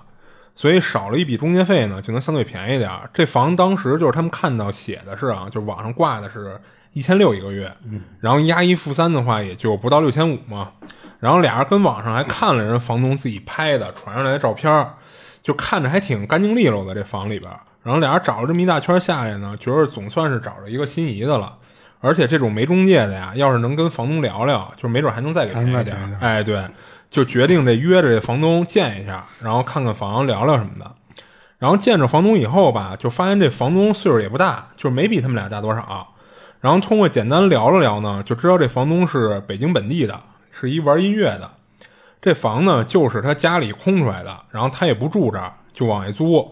所以少了一笔中介费呢，就能相对便宜点儿。这房当时就是他们看到写的是啊，就是网上挂的是一千六一个月，
嗯
然后押一付三的话也就不到六千五嘛。然后俩人跟网上还看了人房东自己拍的传上来的照片儿，就看着还挺干净利落的这房里边儿。然后俩人找了这么一大圈下来呢，觉得总算是找着一个心仪的了。而且这种没中介的呀，要是能跟房东聊聊，就是没准还能再给便宜
还能再
点儿
便宜点。儿
哎，对，就决定这约着这房东见一下，然后看看房，聊聊什么的。然后见着房东以后吧，就发现这房东岁数也不大，就是没比他们俩大多少。然后通过简单聊了聊呢，就知道这房东是北京本地的，是一玩音乐的。这房呢，就是他家里空出来的，然后他也不住这儿，就往外租。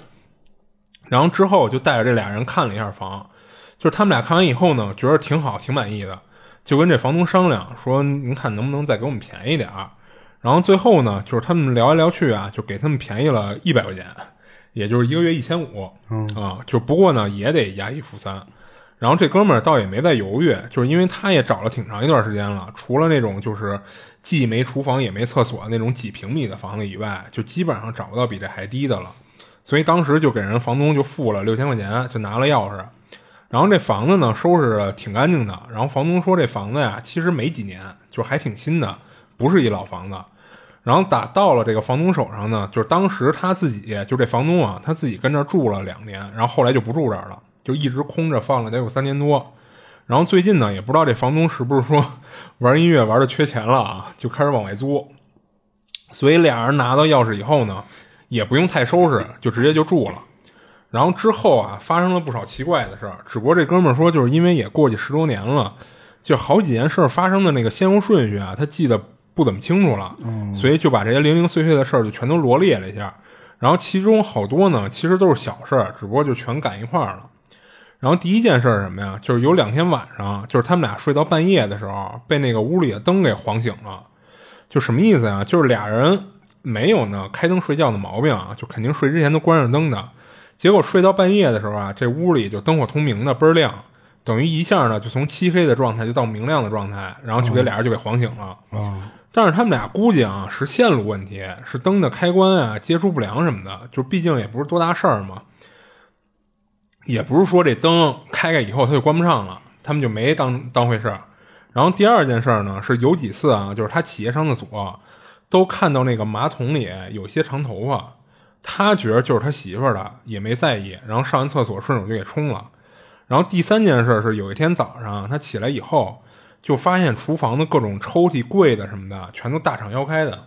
然后之后就带着这俩人看了一下房，就是他们俩看完以后呢，觉得挺好，挺满意的，就跟这房东商量说，您看能不能再给我们便宜点儿？然后最后呢，就是他们聊来聊去啊，就给他们便宜了一百块钱，也就是一个月一千五，啊，就不过呢也得押一付三。然后这哥们儿倒也没再犹豫，就是因为他也找了挺长一段时间了，除了那种就是既没厨房也没厕所那种几平米的房子以外，就基本上找不到比这还低的了。所以当时就给人房东就付了六千块钱，就拿了钥匙。然后这房子呢收拾的挺干净的，然后房东说这房子呀其实没几年，就还挺新的，不是一老房子。然后打到了这个房东手上呢，就是当时他自己就这房东啊，他自己跟这儿住了两年，然后后来就不住这儿了，就一直空着放了得有三年多。然后最近呢，也不知道这房东是不是说玩音乐玩的缺钱了啊，就开始往外租。所以俩人拿到钥匙以后呢，也不用太收拾，就直接就住了。然后之后啊，发生了不少奇怪的事儿。只不过这哥们儿说，就是因为也过去十多年了，就好几件事儿发生的那个先后顺序啊，他记得不怎么清楚了，所以就把这些零零碎碎的事儿就全都罗列了一下。然后其中好多呢，其实都是小事儿，只不过就全赶一块儿了。然后第一件事是什么呀？就是有两天晚上，就是他们俩睡到半夜的时候，被那个屋里的灯给晃醒了。就什么意思啊？就是俩人没有呢开灯睡觉的毛病啊，就肯定睡之前都关上灯的。结果睡到半夜的时候啊，这屋里就灯火通明的，倍儿亮，等于一下呢就从漆黑的状态就到明亮的状态，然后就给俩人就给晃醒了。
啊，
但是他们俩估计啊是线路问题，是灯的开关啊接触不良什么的，就毕竟也不是多大事儿嘛。也不是说这灯开开以后它就关不上了，他们就没当当回事儿。然后第二件事儿呢，是有几次啊，就是他起夜上厕所，都看到那个马桶里有一些长头发，他觉得就是他媳妇儿的，也没在意。然后上完厕所顺手就给冲了。然后第三件事是有一天早上他起来以后，就发现厨房的各种抽屉、柜子什么的全都大敞腰开的。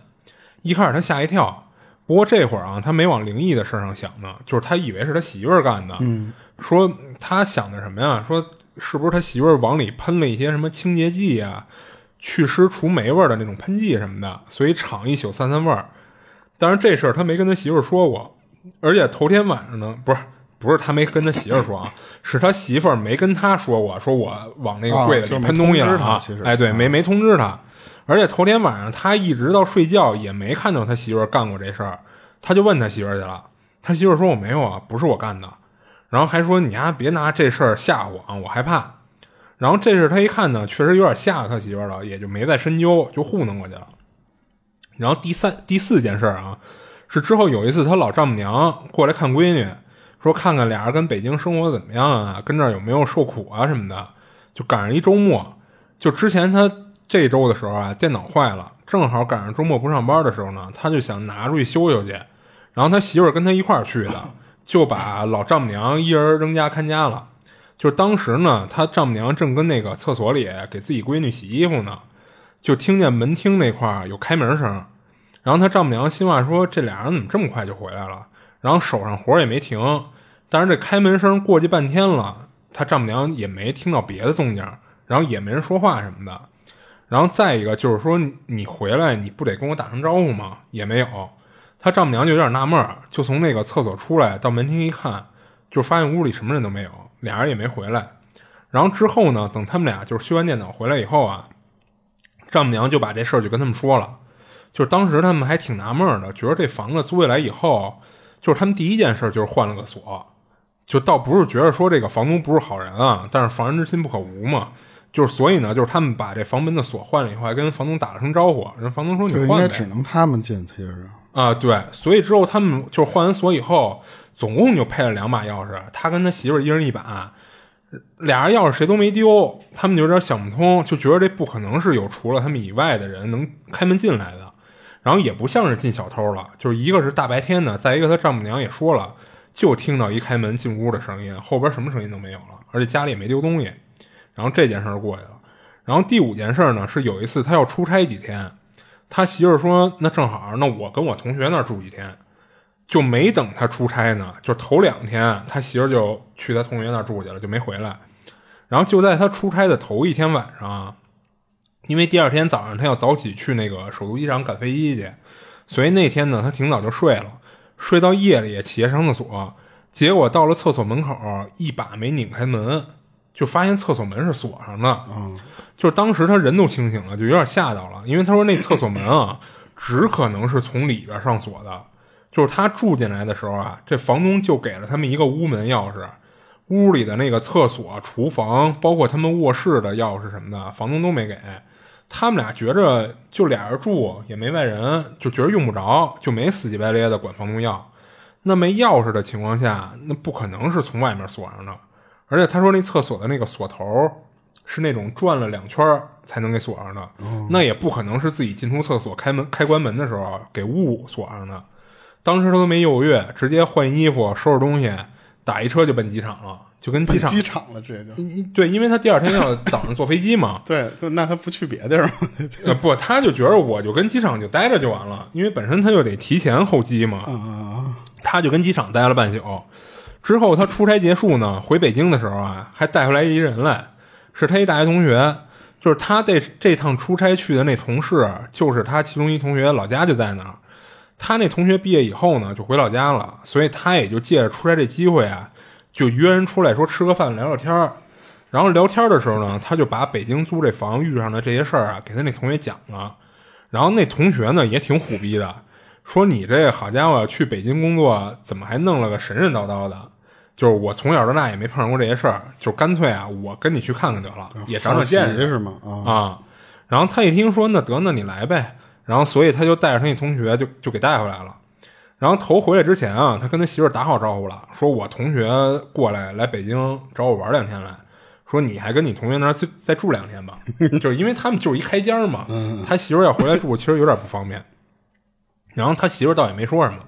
一开始他吓一跳，不过这会儿啊，他没往灵异的事儿上想呢，就是他以为是他媳妇儿干的。嗯，说他想的什么呀？说是不是他媳妇儿往里喷了一些什么清洁剂啊、祛湿除霉味儿的那种喷剂什么的，所以敞一宿散散味儿。但是这事儿他没跟他媳妇儿说过，而且头天晚上呢，不是不是他没跟他媳妇儿说啊，是他媳妇儿没跟他说过，说我往那个
啊
柜子
就
里
没
喷东西
通
了
知他
啊
其实，
哎，对，没没通知他。而且头天晚上他一直到睡觉也没看到他媳妇儿干过这事儿，他就问他媳妇儿去了，他媳妇儿说我没有啊，不是我干的，然后还说你呀、别拿这事儿吓我啊，我害怕。然后这事儿他一看呢，确实有点吓他媳妇儿了，也就没再深究，就糊弄过去了。然后第三、第四件事儿啊，是之后有一次他老丈母娘过来看闺女，说看看俩人跟北京生活怎么样啊，跟这儿有没有受苦啊什么的，就赶上一周末，就之前他这周的时候啊，电脑坏了，正好赶上周末不上班的时候呢，他就想拿出去修修去，然后他媳妇儿跟他一块儿去的，就把老丈母娘一人扔家看家了。就是当时呢，他丈母娘正跟那个厕所里给自己闺女洗衣服呢，就听见门厅那块儿有开门声，然后他丈母娘心话说：“这俩人怎么这么快就回来了？”然后手上活儿也没停，但是这开门声过去半天了，他丈母娘也没听到别的动静，然后也没人说话什么的。然后再一个就是说，你你回来你不得跟我打声招呼吗？也没有。他丈母娘就有点纳闷儿，就从那个厕所出来到门厅一看，就发现屋里什么人都没有，俩人也没回来。然后之后呢，等他们俩就是修完电脑回来以后啊，丈母娘就把这事儿就跟他们说了。就是当时他们还挺纳闷儿的，觉得这房子租下来以后，就是他们第一件事就是换了个锁，就倒不是觉得说这个房东不是好人啊，但是防人之心不可无嘛。就是所以呢，就是他们把这房门的锁换了以后，还跟房东打了声招呼，人房东说你
就应
换
该
呗
只能他们进，其实
啊，对，所以之后他们就是换完锁以后，总共就配了两把钥匙，他跟他媳妇儿一人一把，俩人钥匙谁都没丢，他们就有点想不通，就觉得这不可能是有除了他们以外的人能开门进来的，然后也不像是进小偷了，就是一个是大白天的，再一个他丈母娘也说了，就听到一开门进屋的声音，后边什么声音都没有了，而且家里也没丢东西，然后这件事儿过去了，然后第五件事儿呢是有一次他要出差几天，他媳妇儿说那正好，那我跟我同学那儿住几天，就没等他出差呢，就头两天他媳妇儿就去他同学那儿住去了，就没回来。然后就在他出差的头一天晚上啊，因为第二天早上他要早起去那个首都机场赶飞机去，所以那天呢他挺早就睡了，睡到夜里也起夜上厕所，结果到了厕所门口一把没拧开门，就发现厕所门是锁上的。就是当时他人都清醒了，就有点吓到了，因为他说那厕所门啊， 只可能是从里边上锁的。就是他住进来的时候啊，这房东就给了他们一个屋门钥匙，屋里的那个厕所、厨房，包括他们卧室的钥匙什么的，房东都没给。他们俩觉着就俩人住也没外人，就觉着用不着，就没死乞白咧的管房东要。那没钥匙的情况下，那不可能是从外面锁上的。而且他说那厕所的那个锁头儿是那种转了两圈儿才能给锁上的，
哦
那也不可能是自己进出厕所开门开关门的时候给误锁上的。当时他都没犹豫，直接换衣服、收拾东西，打一车就奔机场了，就跟机
奔
场嗯
机场了，这就，
一对，因为他第二天要 早上坐飞机嘛
对，就那他不去别地儿吗？
呃，不，他就觉得我就跟机场就待着就完了，因为本身他就得提前候机嘛，他就跟机场待了半宿。之后他出差结束呢，回北京的时候啊，还带回来一人来，是他一大学同学，就是他这这趟出差去的那同事，就是他其中一同学老家就在那儿。他那同学毕业以后呢，就回老家了，所以他也就借着出差这机会啊，就约人出来说吃个饭聊聊天儿。然后聊天的时候呢，他就把北京租这房遇上的这些事儿啊，给他那同学讲了。然后那同学呢也挺虎逼的，说你这好家伙去北京工作，怎么还弄了个神神叨叨的？就是我从小到大也没碰上过这些事儿，就干脆啊，我跟你去看看得了， 也长长见
好奇
识。
是吗？啊，
啊。然后他一听说，那得，那你来呗。然后所以他就带着他那同学就就给带回来了。然后头回来之前啊，他跟他媳妇儿打好招呼了，说我同学过来来北京找我玩两天来，说你还跟你同学那儿再再住两天吧， 就是因为他们就是一开间儿嘛，他媳妇儿要回来住其实有点不方便。然后他媳妇儿倒也没说什么。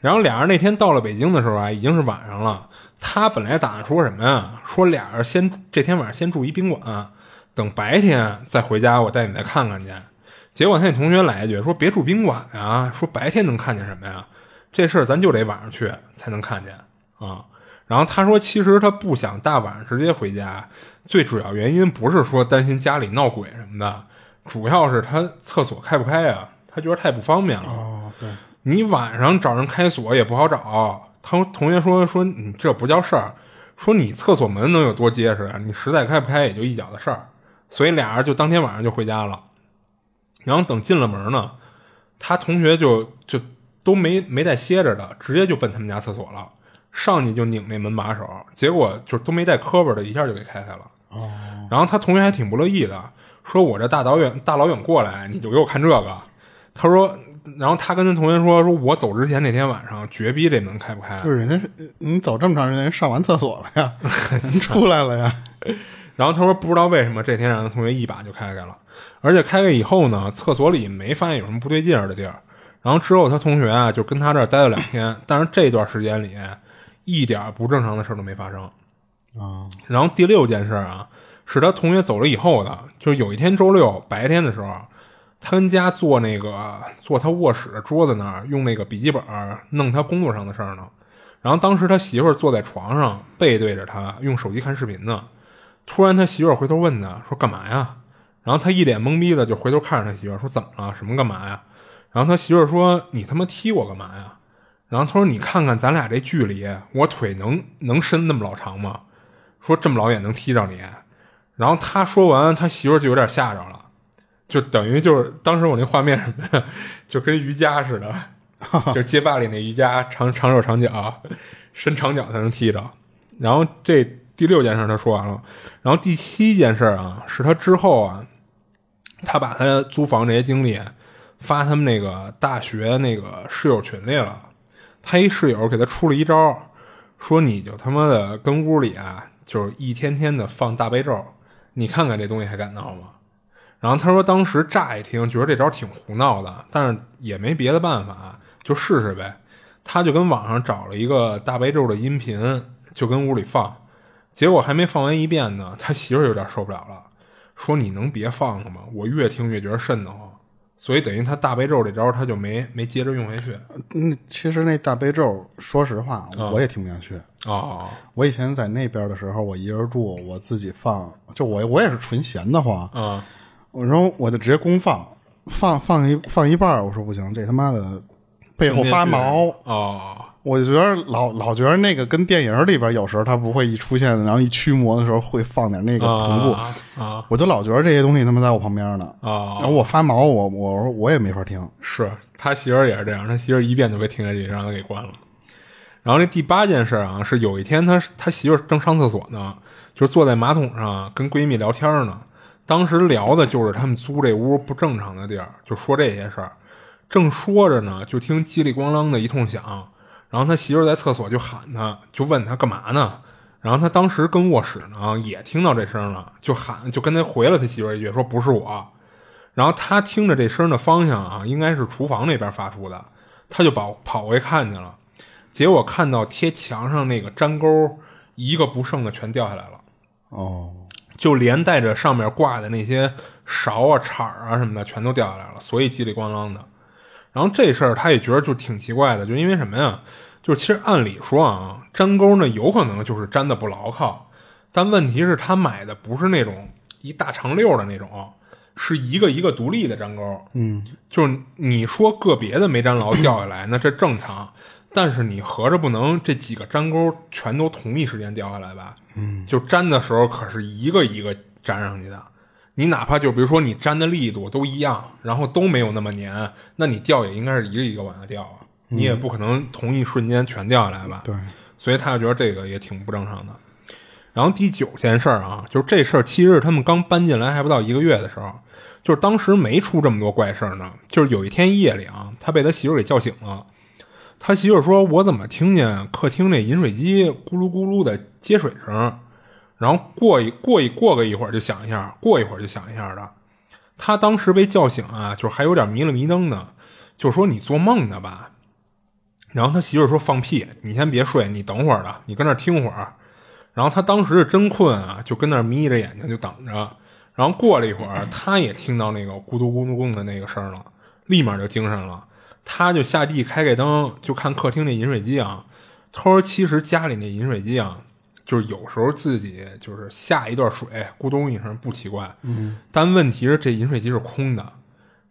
然后俩人那天到了北京的时候啊，已经是晚上了。他本来打算说什么呀？说俩人先这天晚上先住一宾馆，啊等白天再回家，我带你再看看去。结果他那同学来一句说：“别住宾馆啊，说白天能看见什么呀？这事儿咱就得晚上去才能看见啊。”然后他说：“其实他不想大晚上直接回家，最主要原因不是说担心家里闹鬼什么的，主要是他厕所开不开啊，他觉得太不方便了。
哦，对，
你晚上找人开锁也不好找。他同学说说你这不叫事儿，说你厕所门能有多结实啊？你实在开不开也就一脚的事儿。所以俩人就当天晚上就回家了。然后等进了门呢，他同学就就都没没带歇着的，直接就奔他们家厕所了，上去就拧那门把手，结果就都没带磕巴的，一下就给开开了。然后他同学还挺不乐意的，说我这大导演大老远过来，你就给我看这个。他说然后他跟他同学说，说我走之前那天晚上绝逼这门开不开啊
就。是人家是你走这么长时间，人上完厕所了 呀，人出来了呀，
然后他说不知道为什么这天让他同学一把就开开了，而且开开以后呢，厕所里没发现有什么不对劲儿的地儿。然后之后他同学啊就跟他这儿待了两天，但是这段时间里一点儿不正常的事儿都没发生。
啊，
然后第六件事啊，是他同学走了以后的，就是有一天周六白天的时候，他跟家坐那个坐他卧室的桌子那儿，用那个笔记本儿弄他工作上的事儿呢。然后当时他媳妇儿坐在床上背对着他，用手机看视频呢。突然他媳妇儿回头问他说：“干嘛呀？”然后他一脸懵逼的就回头看着他媳妇儿说：“怎么了？什么干嘛呀？”然后他媳妇儿说：“你他妈踢我干嘛呀？”然后他说：“你看看咱俩这距离，我腿能能伸那么老长吗？”说这么老远能踢着你。然后他说完，他媳妇儿就有点吓着了，就等于就是当时我那画面什么呀， 就跟瑜伽似的，就是街霸里那瑜伽，长长手长脚，伸长脚才能踢着。然后这第六件事他说完了，然后第七件事啊，是他之后啊，他把他租房这些经历发他们那个大学那个室友群里了。他一室友给他出了一招，说你就他妈的跟屋里啊，就是一天天的放大悲咒，你看看这东西还敢闹吗？然后他说，当时乍一听觉得这招挺胡闹的，但是也没别的办法，就试试呗。他就跟网上找了一个大悲咒的音频，就跟屋里放。结果还没放完一遍呢，他媳妇儿有点受不了了，说：“你能别放了吗？我越听越觉得瘆得慌。”所以等于他大悲咒这招他就没没接着用回去。
嗯，其实那大悲咒，说实话，
啊
我也听不下去。
哦，
我以前在那边的时候，我一人住，我自己放，就我我也是纯闲的慌，
嗯，
我说我就直接公放，放放一放一半儿，我说不行，这他妈的背后发毛，
哦，
我就觉得老老觉得那个跟电影里边有时候它不会一出现，然后一驱魔的时候会放点那个同步，
啊啊
我就老觉得这些东西他妈在我旁边呢，然
啊！
后我发毛，我我说我也没法听，
是他媳妇儿也是这样，他媳妇儿一遍就被听下去，让他给关了。然后这第八件事儿啊，是有一天他他媳妇儿正上厕所呢，就是坐在马桶上跟闺蜜聊天儿呢。当时聊的就是他们租这屋不正常的地儿，就说这些事儿。正说着呢，就听叽里咣啷的一通响，然后他媳妇儿在厕所就喊他，就问他干嘛呢？然后他当时跟卧室呢也听到这声了，就喊，就跟他回了他媳妇儿一句说不是我。然后他听着这声的方向啊，应该是厨房那边发出的，他就跑跑过去看去了，结果看到贴墙上那个粘钩一个不剩的全掉下来了。
哦，
就连带着上面挂的那些勺啊、铲儿啊什么的，全都掉下来了，所以叽里咣啷的。然后这事儿他也觉得就挺奇怪的，就因为什么呀？就是其实按理说啊，粘钩呢有可能就是粘的不牢靠，但问题是他买的不是那种一大长溜儿的那种，是一个一个独立的粘钩。嗯，就是你说个别的没粘牢掉下来，那这正常。但是你合着不能这几个粘钩全都同一时间掉下来吧？嗯，就粘的时候可是一个一个粘上去的。你哪怕就比如说你粘的力度都一样，然后都没有那么粘，那你掉也应该是一个一个往下掉啊，你也不可能同一瞬间全掉下来吧？
对，
所以他就觉得这个也挺不正常的。然后第九件事儿啊，就是这事儿其实是他们刚搬进来还不到一个月的时候，就是当时没出这么多怪事儿呢。就是有一天夜里啊，他被他媳妇儿给叫醒了，他媳妇儿说：“我怎么听见客厅那饮水机咕噜咕噜的接水声？”然后过一过一过个一会儿就响一下，过一会儿就响一下的。他当时被叫醒啊，就是还有点迷了迷瞪呢，就说：“你做梦呢吧？”然后他媳妇儿说放屁，你先别睡，你等会儿的，你跟那儿听会儿。然后他当时是真困啊，就跟那儿眯着眼睛就等着。然后过了一会儿，他也听到那个咕嘟咕嘟咕的那个声了，立马就精神了。他就下地开开灯，就看客厅那饮水机啊。他说其实家里那饮水机啊，就是有时候自己就是下一段水，咕咚一声不奇怪。嗯，但问题是这饮水机是空的。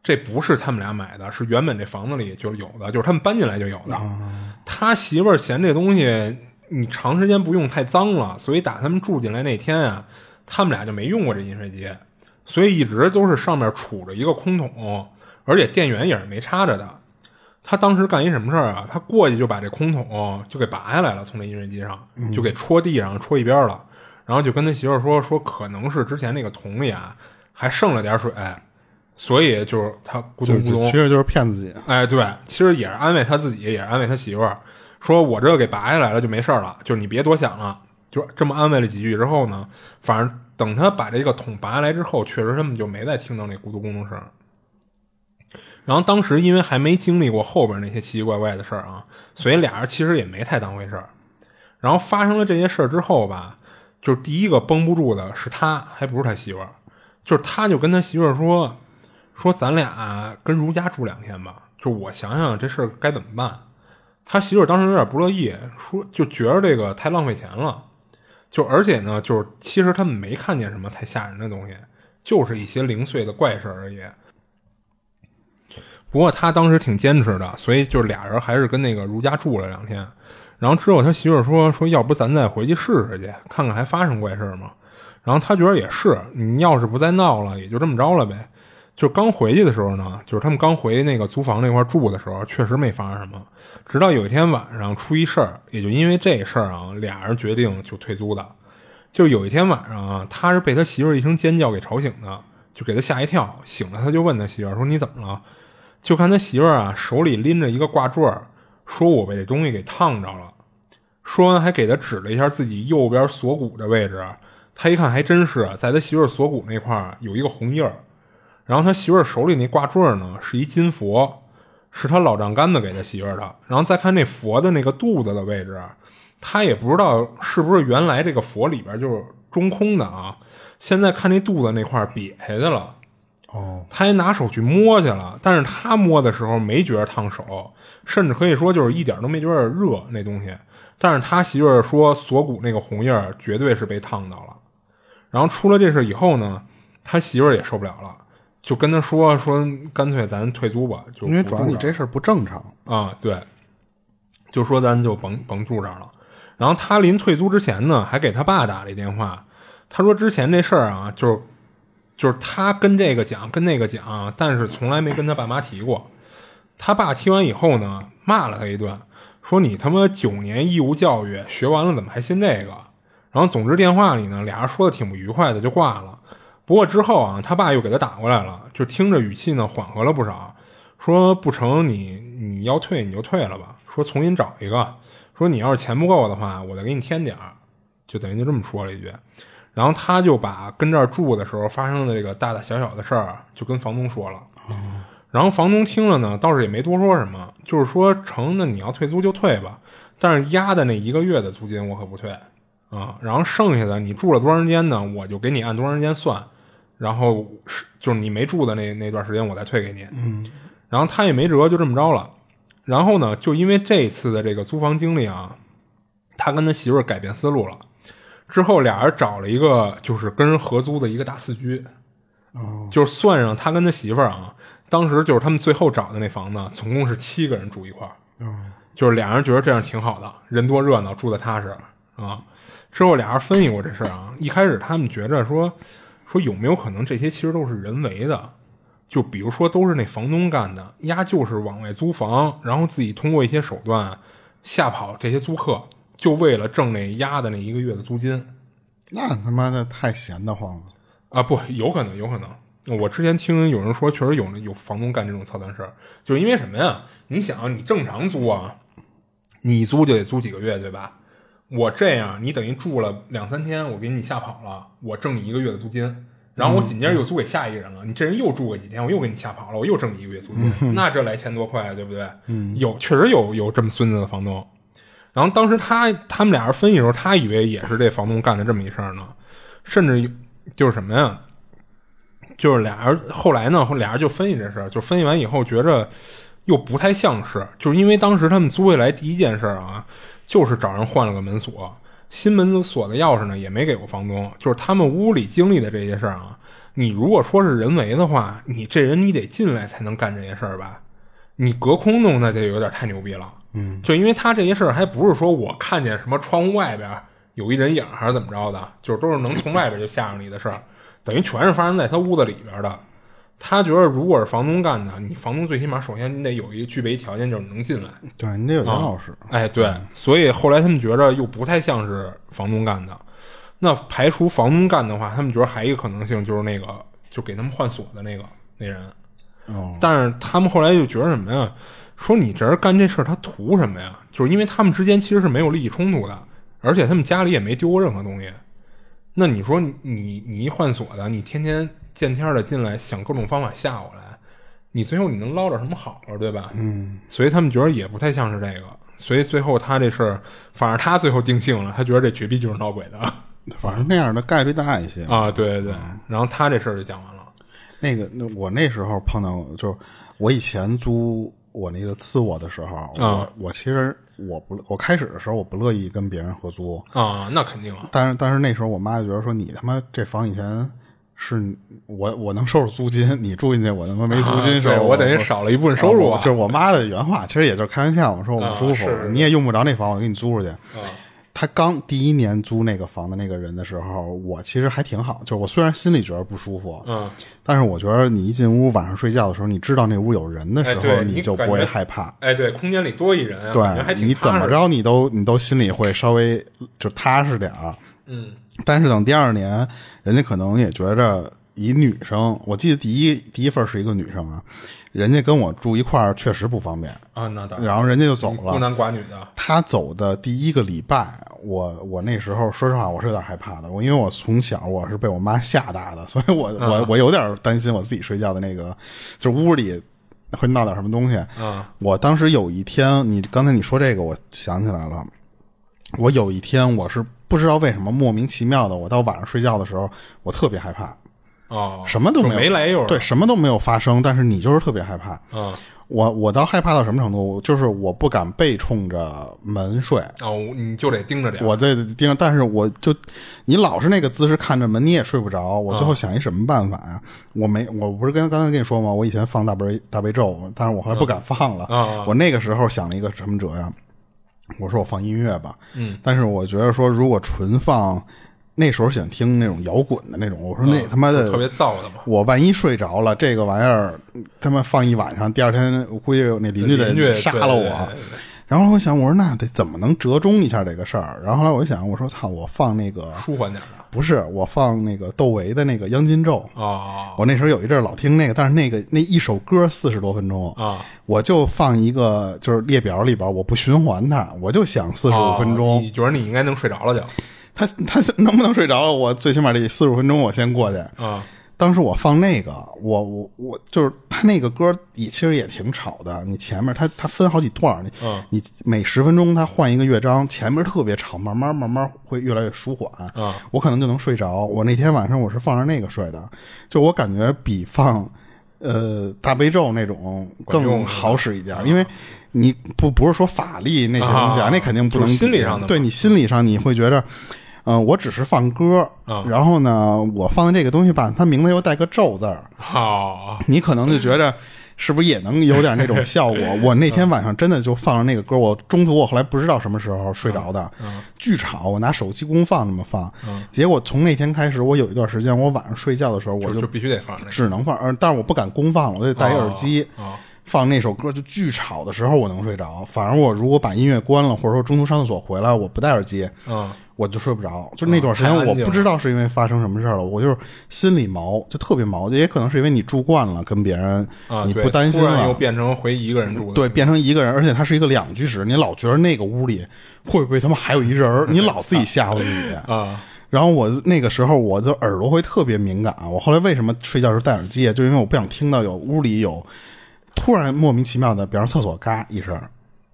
这不是他们俩买的，是原本这房子里就有的，就是他们搬进来就有的。他媳妇儿嫌这东西你长时间不用太脏了，所以打他们住进来那天啊，他们俩就没用过这饮水机，所以一直都是上面杵着一个空桶，而且电源也是没插着的。他当时干一什么事儿啊？他过去就把这空桶就给拔下来了，从那饮水机上
嗯
就给戳地上，戳一边了。然后就跟他媳妇儿说说，可能是之前那个桶里啊还剩了点水，所以就是他咕
就是
咚咕
其
咚，
实就是骗自己。
哎，对，其实也是安慰他自己，也是安慰他媳妇儿，说我这给拔下来了就没事儿了，就是你别多想了。就这么安慰了几句之后呢，反正等他把这个桶拔下来之后，确实他们就没再听到那咕咚咕咚声儿。然后当时因为还没经历过后边那些奇奇怪怪的事儿啊，所以俩人其实也没太当回事儿。然后发生了这些事儿之后吧，就是第一个绷不住的是他，还不是他媳妇儿，就是他就跟他媳妇儿说，说咱俩跟如家住两天吧，就我想想这事儿该怎么办。他媳妇儿当时有点不乐意，说就觉着这个太浪费钱了，就而且呢，就是其实他们没看见什么太吓人的东西，就是一些零碎的怪事儿而已。不过他当时挺坚持的，所以就是俩人还是跟那个如家住了两天。然后之后他媳妇儿说说，要不咱再回去试试去，看看还发生怪事儿吗？然后他觉得也是，你要是不再闹了，也就这么着了呗。就是刚回去的时候呢，就是他们刚回那个租房那块儿住的时候，确实没发生什么。直到有一天晚上出一事儿，也就因为这事儿啊，俩人决定就退租的。就有一天晚上啊，他是被他媳妇儿一声尖叫给吵醒的，就给他吓一跳。醒了，他就问他媳妇儿说：“你怎么了？”就看他媳妇儿啊，手里拎着一个挂坠儿，说：“我被这东西给烫着了。”说完还给他指了一下自己右边锁骨的位置，啊他一看还真是啊在他媳妇儿锁骨那块儿有一个红印儿。然后他媳妇儿手里那挂坠儿呢是一金佛，是他老丈杆子给他媳妇儿的。然后再看那佛的那个肚子的位置，啊他也不知道是不是原来这个佛里边就是中空的啊，现在看那肚子那块儿瘪下去了。
哦，
他还拿手去摸去了，但是他摸的时候没觉得烫手，甚至可以说就是一点都没觉得热那东西。但是他媳妇儿说锁骨那个红印儿绝对是被烫到了。然后出了这事以后呢，他媳妇儿也受不了了，就跟他说说干脆咱退租吧，就
因为
不
主要
住
你
这儿
这事儿不正常，
啊，对，就说咱就甭甭住这儿了。然后他临退租之前呢，还给他爸打了一电话，他说之前这事儿啊，就是就是他跟这个讲，跟那个讲，但是从来没跟他爸妈提过。他爸听完以后呢，骂了他一顿，说你他妈九年义务教育学完了，怎么还信这个？然后总之电话里呢，俩人说的挺不愉快的，就挂了。不过之后啊，他爸又给他打过来了，就听着语气呢缓和了不少，说不成你你要退你就退了吧，说重新找一个，说你要是钱不够的话，我再给你添点儿，就等于就这么说了一句。然后他就把跟这儿住的时候发生的这个大大小小的事儿啊就跟房东说了，然后房东听了呢，倒是也没多说什么，就是说成，那你要退租就退吧，但是压的那一个月的租金我可不退啊。然后剩下的你住了多长时间呢，我就给你按多长时间算，然后是就是你没住的那那段时间我再退给你。嗯，然后他也没辙，就这么着了。然后呢，就因为这一次的这个租房经历啊，他跟他媳妇儿改变思路了。之后俩人找了一个就是跟人合租的一个大四居，就是算上他跟他媳妇儿啊，当时就是他们最后找的那房子，总共是七个人住一块儿。就是俩人觉得这样挺好的，人多热闹，住的踏实啊。之后俩人分析过这事儿啊，一开始他们觉着说说有没有可能这些其实都是人为的，就比如说都是那房东干的，丫就是往外租房，然后自己通过一些手段吓跑这些租客，就为了挣那丫的那一个月的租金。
那他妈的太闲得慌了。
啊，不，有可能，有可能。我之前听有人说，确实有那有房东干这种操蛋事儿，就是因为什么呀？你想，你正常租啊，你租就得租几个月，对吧？我这样，你等于住了两三天，我给你吓跑了，我挣你一个月的租金，然后我紧接着又租给下一个人了，你这人又住个几天，我又给你吓跑了，我又挣你一个月租金，那这来钱多快啊，对不对？嗯，有确实有有这么孙子的房东。然后当时他他们俩人分析的时候，他以为也是这房东干的这么一事儿呢，甚至有就是什么呀？就是俩人后来呢，俩人就分析这事儿，就分析完以后觉着又不太像是，就是因为当时他们租下来第一件事儿啊，就是找人换了个门锁，新门锁的钥匙呢也没给过房东，就是他们屋里经历的这些事儿啊，你如果说是人为的话，你这人你得进来才能干这些事儿吧？你隔空弄那就有点太牛逼了，嗯，就因为他这些事儿还不是说我看见什么窗户外边儿有一人影儿还是怎么着的，就是都是能从外边就吓着你的事儿，等于全是发生在他屋子里边的。他觉得如果是房东干的，你房东最起码首先你得有一具备一条件，就是能进来，
对你得有点老实，
哎，对，所以后来他们觉着又不太像是房东干的。那排除房东干的话，他们觉得还有一个可能性就是那个，就给他们换锁的那个，那人。
哦，
但是他们后来就觉得什么呀？说你这人干这事儿，他图什么呀？就是因为他们之间其实是没有利益冲突的，而且他们家里也没丢过任何东西。那你说你你你一换锁的，你天天见天儿的进来，想各种方法吓我来，你最后你能捞着什么好处，对吧？嗯，所以他们觉得也不太像是这个，所以最后他这事儿，反正他最后定性了，他觉得这绝逼就是闹鬼的
反正那样的概率大一些。
啊，对对对。
嗯
然后他这事儿就讲完了，
那个，那我那时候碰到过，就是我以前租我那个次卧的时候，
啊
我我其实我不我开始的时候我不乐意跟别人合租，
啊，那肯定啊，
但是但是那时候我妈就觉得说你他妈这房以前是你我我能收拾租金，你住进去我他妈没租金
啊
收，
对我等于少了一部分收入
我
啊，
就是我妈的原话，其实也就是开玩笑，我说我不舒服，
啊是啊
你也用不着那房，我给你租出去。她刚第一年租那个房的那个人的时候，我其实还挺好，就是我虽然心里觉得不舒服，
嗯，
但是我觉得你一进屋晚上睡觉的时候，你知道那屋有人的时
哎
候，
对
你
你
就不
感
会
觉
害怕。
哎，对，空间里多一人啊，感觉还
对，
挺
你
踏
怎么
实
着你都你都心里会稍微就踏实点儿。
嗯，
但是等第二年，人家可能也觉着以女生，我记得第一第一份是一个女生啊，人家跟我住一块儿确实不方便，
啊，那当然，
然后人家就走
孤
了。
男寡女的，
她走的第一个礼拜，我我那时候说实话我是有点害怕的，我因为我从小我是被我妈吓大的，所以我我我有点担心我自己睡觉的那个，就是屋里会闹点什么东西。
嗯，
我当时有一天，你刚才你说这个，我想起来了，我有一天我是不知道为什么莫名其妙的，我到晚上睡觉的时候，我特别害怕，
哦，
什么都
就
没有，
没来由，
对，，什么都没有发生，但是你就是特别害怕。
嗯，
我我到害怕到什么程度？就是我不敢背冲着门睡，
哦，你就得盯着点儿，
我这盯，但是我就你老是那个姿势看着门，你也睡不着。
嗯
我最后想一什么办法呀、我没，我不是跟刚才跟你说吗？我以前放大悲大悲咒，但是我后来不敢放了。
啊
我那个时候想了一个什么辙呀？我说我放音乐吧，嗯，但是我觉得说如果纯放，那时候想听那种摇滚的那种，我说那他妈的、
嗯特别燥的嘛，
我万一睡着了，这个玩意儿他妈放一晚上，第二天我估计那邻居
邻居
得杀了我。
对对对对
然后我想，我说那得怎么能折中一下这个事儿？然后后来我想，我说操，我放那个
舒缓点儿的，
不是，我放那个窦唯的那个《央金咒》。
哦，
我那时候有一阵儿老听那个，但是那个那一首歌四十多分钟
啊，
我就放一个就是列表里边儿，我不循环它，我就想四十
哦
五分钟。
你觉得你应该能睡着了就，
他他能不能睡着？我最起码这四十五分钟我先过去。
啊，
当时我放那个，我我我就是他那个歌也其实也挺吵的。你前面他他分好几段儿，你、
嗯
你每十分钟他换一个乐章，前面特别吵，慢慢慢慢会越来越舒缓。
嗯
我可能就能睡着。我那天晚上我是放着那个睡的，就我感觉比放呃大悲咒那种
管用嗯
更好使一点儿，因为你不不是说法力那些东西啊，
啊
那肯定不
就
能
是心理
比
上的嘛
对你心理上你会觉着，嗯、我只是放歌，
啊
然后呢，我放的这个东西吧，它名字又带个咒字儿，
好，
你可能就觉着是不是也能有点那种效 果？我那天晚上真的就放了那个歌，我中途我后来不知道什么时候睡着
啊
的，巨吵，我拿手机公放那么放，结果从那天开始，我有一段时间我晚上睡觉的时候我
就就必须得放那个，
只能放，呃，但是我不敢公放了，我得戴一耳机。
哦
放那首歌就巨吵的时候，我能睡着。反而我如果把音乐关了，或者说中途上厕所回来，我不戴耳机，
嗯，啊
我就睡不着。就那段时间
太安，静
我
了
不知道是因为发生什么事儿了，我就是心里毛，就特别毛。也可能是因为你住惯了，跟别人、
啊，
你
对
不担心
突然又
了，
变成回一个人住的，
对，变成一个人，而且它是一个两居室，你老觉得那个屋里会不会他妈还有一人儿，你老自己吓唬自己。
啊，
然后我那个时候我的耳朵会特别敏感啊，我后来为什么睡觉时候戴耳机啊，就因为我不想听到有屋里有突然莫名其妙的，比方说厕所嘎一声，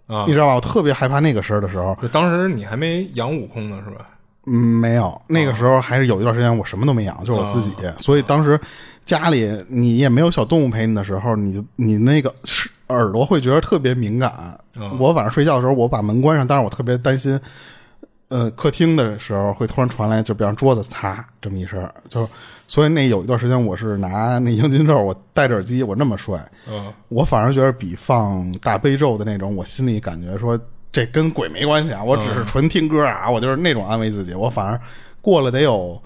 啊
你知道吧？我特别害怕那个声儿的时候，
就当时你还没养悟空呢是吧？
嗯，没有，啊那个时候还是有一段时间我什么都没养，就是我自己，所以当时家里你也没有小动物陪你的时候，你就你那个是耳朵会觉得特别敏感。我晚上睡觉的时候，我把门关上，但是我特别担心，呃，客厅的时候会突然传来，就比方桌子擦这么一声儿，就所以那有一段时间我是拿那英金咒，我戴着耳机，我那么睡，
嗯，
我反而觉得比放大悲咒的那种，我心里感觉说这跟鬼没关系啊，我只是纯听歌啊，我就是那种安慰自己。我反而过了得有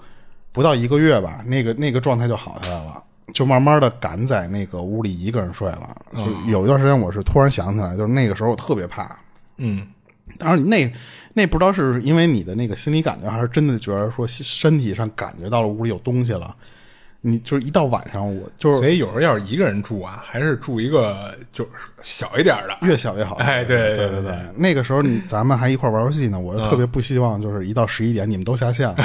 不到一个月吧，那个那个状态就好起来了，就慢慢的敢在那个屋里一个人睡了。就有一段时间我是突然想起来，就是那个时候我特别怕，
嗯，
当然那那不知道是因为你的那个心理感觉，还是真的觉得说身体上感觉到了屋里有东西了，你就是一到晚上，我就是
所以有时候要是一个人住啊，还是住一个就是小一点儿的。
越小越好。
哎对
对
对
对
对
那个时候你咱们还一块玩游戏呢，我就特别不希望就是一到十一点你们都下线 了。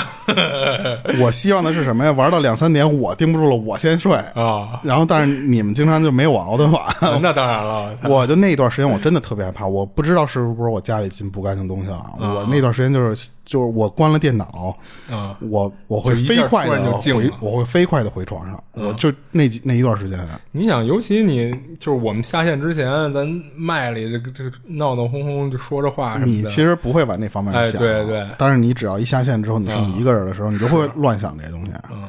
我希望的是什么呀？玩到两三点我盯不住了，我先睡。
啊、
然后但是你们经常就没我熬得晚。
那当然了，
我就那一段时间我真的特别害怕，我不知道是不是我家里进不干净东西了。啊我那段时间就是就是我关了电脑，
啊、
我我会
就一
飞
下
快
突然
的
就静
回
了，啊
我会飞快的回床上。我就那几那一段时间，啊
你想，尤其你就是我们下线之前，咱麦里这个这个闹闹哄哄就说着话什么
你
的，
其实不会往那方面
哎
想，啊
对对嗯
但是你只要一下线之后，你是你一个人的时候，你就会乱想这些东西。嗯，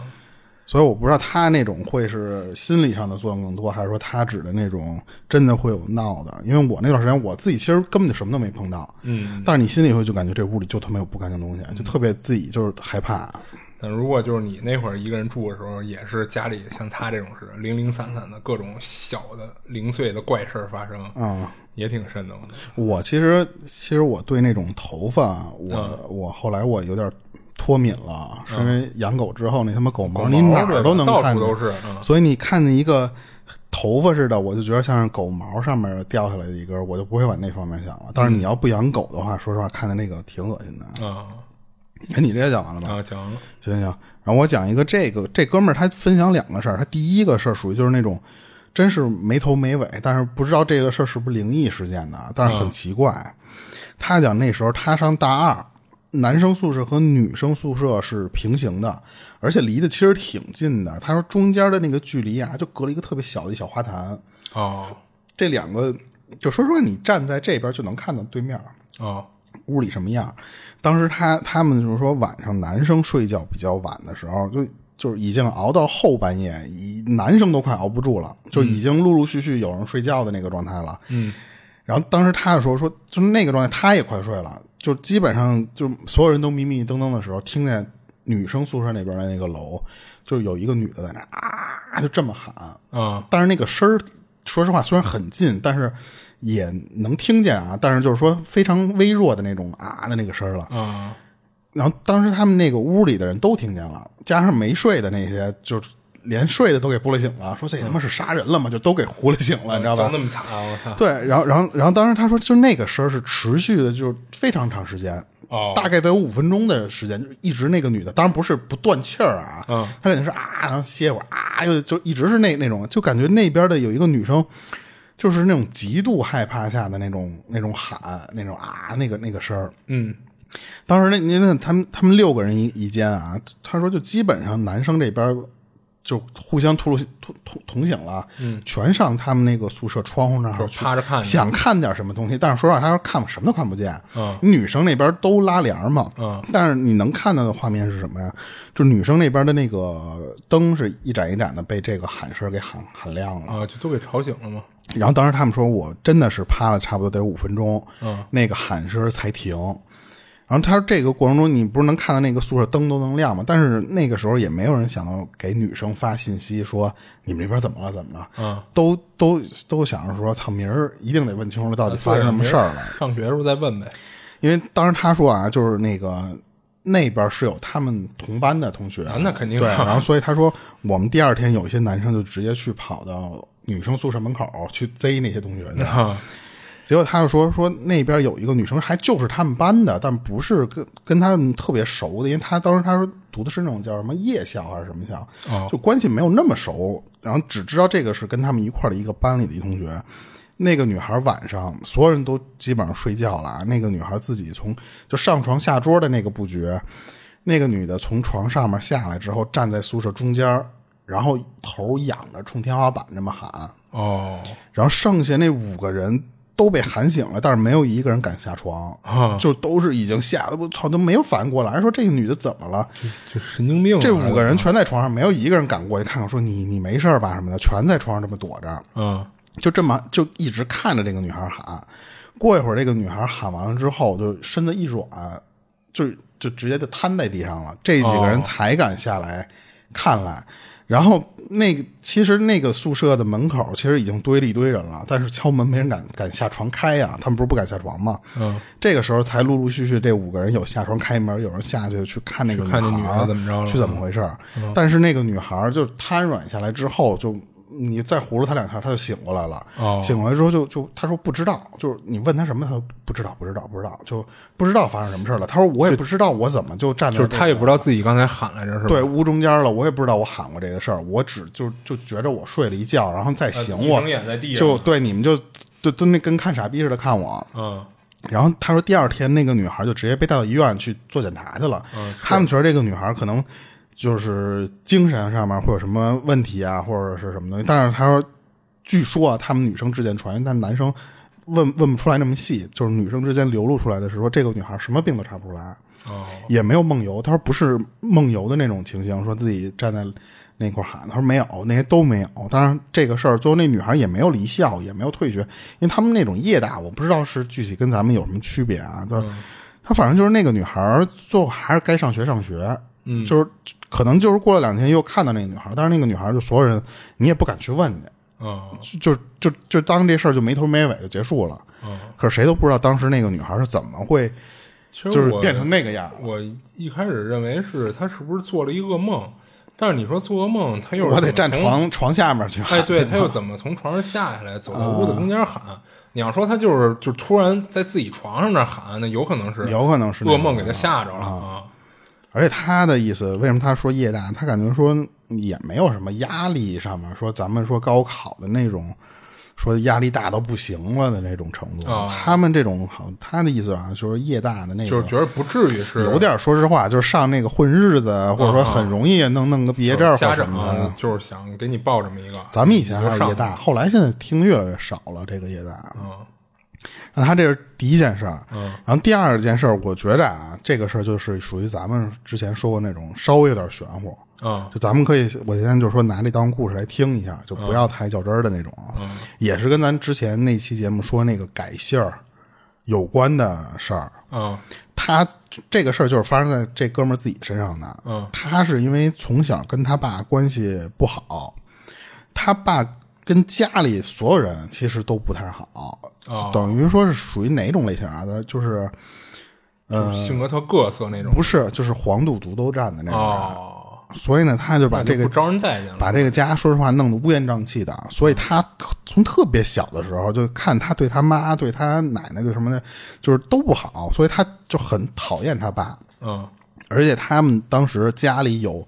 所以我不知道他那种会是心理上的作用更多，还是说他指的那种真的会有闹的？因为我那段时间我自己其实根本就什么都没碰到，
嗯，
但是你心里会就感觉这屋里就他妈有不干净东西，就特别自己就是害怕。
但如果就是你那会儿一个人住的时候，也是家里像他这种似的零零散散的各种小的零碎的怪事儿发生，
嗯，
也挺瘆得慌的。
我其实其实我对那种头发，啊我、
嗯
我后来我有点脱敏了，是因为养狗之后那他妈狗毛
狗毛
你哪儿都能
对吧
看见，
到处都是嗯
所以你看见一个头发似的，我就觉得像是狗毛上面掉下来的一根，我就不会往那方面想了。但是
嗯
你要不养狗的话，说实话看见那个挺恶心的。
啊
哎，你这也讲完了吧？
啊，讲完了
行行，然后我讲一个这个这哥们儿他分享两个事儿，他第一个事儿属于就是那种真是没头没尾，但是不知道这个事儿是不是灵异事件的，但是很奇怪。他讲那时候他上大二，男生宿舍和女生宿舍是平行的，而且离得其实挺近的。他说中间的那个距离啊，就隔了一个特别小的一小花坛，
哦
这两个就说实话，你站在这边就能看到对面儿。
哦
屋里什么样。当时他他们就是说晚上男生睡觉比较晚的时候，就就是已经熬到后半夜，以男生都快熬不住了，就已经陆陆续续有人睡觉的那个状态了。嗯，然后当时他就说说，就是那个状态，他也快睡了，就基本上就所有人都迷迷瞪瞪的时候，听见女生宿舍那边的那个楼，就是有一个女的在那啊，就这么喊。
啊
但是那个声儿，说实话虽然很近，但是也能听见啊。但是就是说非常微弱的那种啊的那个声儿了。
啊
然后当时他们那个屋里的人都听见了，加上没睡的那些，就是连睡的都给拨了醒了，说这他妈是杀人了吗？就都给呼了醒了，你知道吧
讲？那么惨，啊我操！
对，然后，然后，然后，当时他说，就那个声儿是持续的，就是非常长时间，
哦
大概得有五分钟的时间，就一直那个女的，当然不是不断气儿啊，
嗯，
她肯定是啊，然后歇会儿啊，又就一直是那那种，就感觉那边的有一个女生，就是那种极度害怕下的那种那种喊那种啊那个那个声儿，
嗯
当时那那那他们他们六个人一一间啊，他说就基本上男生这边就互相吐露同同同醒了，嗯，全上他们那个宿舍窗户那儿
就是趴着看着
想看点什么东西，但是说实话，他说看什么都看不见，
嗯，
女生那边都拉帘嘛，
嗯，
但是你能看到的画面是什么呀？就女生那边的那个灯是一盏一盏的被这个喊声给喊喊亮了，
啊，就都给吵醒了吗？
然后当时他们说，我真的是趴了差不多得有五分钟，嗯，那个喊声才停。然后他说，这个过程中你不是能看到那个宿舍灯都能亮吗？但是那个时候也没有人想到给女生发信息说你们这边怎么了怎么了，嗯，都 都都想着说，操，明儿一定得问清楚了到底发
啊
生什么事儿了。
上学的时候再问呗。
因为当时他说啊，就是那个那边是有他们同班的同学，
啊那肯定
对。
啊
然后所以他说，我们第二天有一些男生就直接去跑到女生宿舍门口去贼那些同学去。
啊
结果他就说说那边有一个女生，还就是他们班的，但不是跟跟他们特别熟的，因为他当时他说读的是那种叫什么夜校还是什么校，
哦
就关系没有那么熟，然后只知道这个是跟他们一块儿的一个班里的一同学。那个女孩晚上所有人都基本上睡觉了啊，那个女孩自己从就上床下桌的那个布局，那个女的从床上面下来之后，站在宿舍中间儿，然后头仰着冲天花板这么喊。
哦
然后剩下那五个人都被喊醒了，但是没有一个人敢下床，
啊，
就都是已经吓得我操，都没有反应过来，说这个女的怎么了？
就神经病啊。
这五个人全在床上，没有一个人敢过去看看，说你你没事儿吧什么的，全在床上这么躲着，
啊
就这么就一直看着这个女孩喊。过一会儿，这个女孩喊完了之后，就身子一软，
哦
就就直接就瘫在地上了。这几个人才敢下来看来。然后那个其实那个宿舍的门口其实已经堆了一堆人了，但是敲门没人敢敢下床开呀、他们不是不敢下床吗？
嗯，
这个时候才陆陆续续这五个人有下床开门，有人下去去看那个
去看那女
孩
孩怎么着了
去怎么回事儿。
嗯
但是那个女孩儿就瘫软下来之后就。你再呼噜她两下，她就醒过来了。
哦
醒过来之后就就她说不知道，就是你问她什么，她说不知道，不知道，不知道，就不知道发生什么事儿了。她说我也不知道我怎么就站在
就
这儿
是
了，
他也不知道自己刚才喊来着，是吧？
对，屋中间了，我也不知道我喊过这个事儿，我只就就觉着我睡了一觉，然后再醒
呃一
我，
睁眼在地上
啊就对你们就就都那跟看傻逼似的看我。
嗯，
然后他说第二天那个女孩就直接被带到医院去做检查去了，他们觉得这个女孩可能就是精神上面会有什么问题啊，或者是什么东西，但是他说据说啊，他们女生之间传染，但男生问问不出来那么细，就是女生之间流露出来的是说这个女孩什么病都查不出来。
哦，
也没有梦游。他说不是梦游的那种情形，说自己站在那块儿喊。他说没有，那些都没有。当然，这个事儿最后那女孩也没有离校，也没有退学，因为他们那种夜大，我不知道是具体跟咱们有什么区别啊。但
嗯
她反正就是那个女孩，最后还是该上学上学。嗯，就是可能就是过了两天又看到那个女孩，但是那个女孩就所有人你也不敢去问去。
嗯，
就就就当这事儿就没头没尾就结束了，
嗯
可是谁都不知道当时那个女孩是怎么会
其实
就是
我
变成那个样儿。
我一开始认为是他是不是做了一噩梦，但是你说做噩梦，他又 是
我得
怎么
站
从
床床下面去啊喊。
哎，对，他又怎么从床上下下来，走
啊
到屋子中间喊？你要说他就是就突然在自己床上那儿喊，那有可能是
有可能是那
噩
种
梦给他吓着了啊。
而且他的意思，为什么他说夜大？他感觉说也没有什么压力上面，说咱们说高考的那种，说压力大到不行了的那种程度。
哦
他们这种好，他的意思啊，就是夜大的那
就
种，
是觉得不至于是
有点说实话，就是上那个混日子，啊或者
嗯
说很容易弄弄个毕业证或
家
什么的
长。就是想给你报这么一个。
咱们以前还
上
有夜大，后来现在听越来越少了。这个夜大，
嗯，
那他这是第一件事儿，嗯，然后第二件事儿，我觉着啊，这个事儿就是属于咱们之前说过那种稍微有点玄乎，
嗯
就咱们可以，我现在就说拿这当故事来听一下，就不要太较真儿的那种，嗯，也是跟咱之前那期节目说那个改姓儿有关的事儿。
嗯
他这个事儿就是发生在这哥们儿自己身上的，
嗯，
他是因为从小跟他爸关系不好，他爸跟家里所有人其实都不太好，
哦
等于说是属于哪种类型啊？就是
就是性格特各色那
呃
种。
不是就是黄赌毒都占的那种人，
哦，
所以呢，他就把这个
不招人待见了。
把这个家说实话弄得乌烟瘴气的，所以他从特别小的时候就看他对他妈、对他奶奶、对什么的，就是都不好，所以他就很讨厌他爸。
嗯
而且他们当时家里有，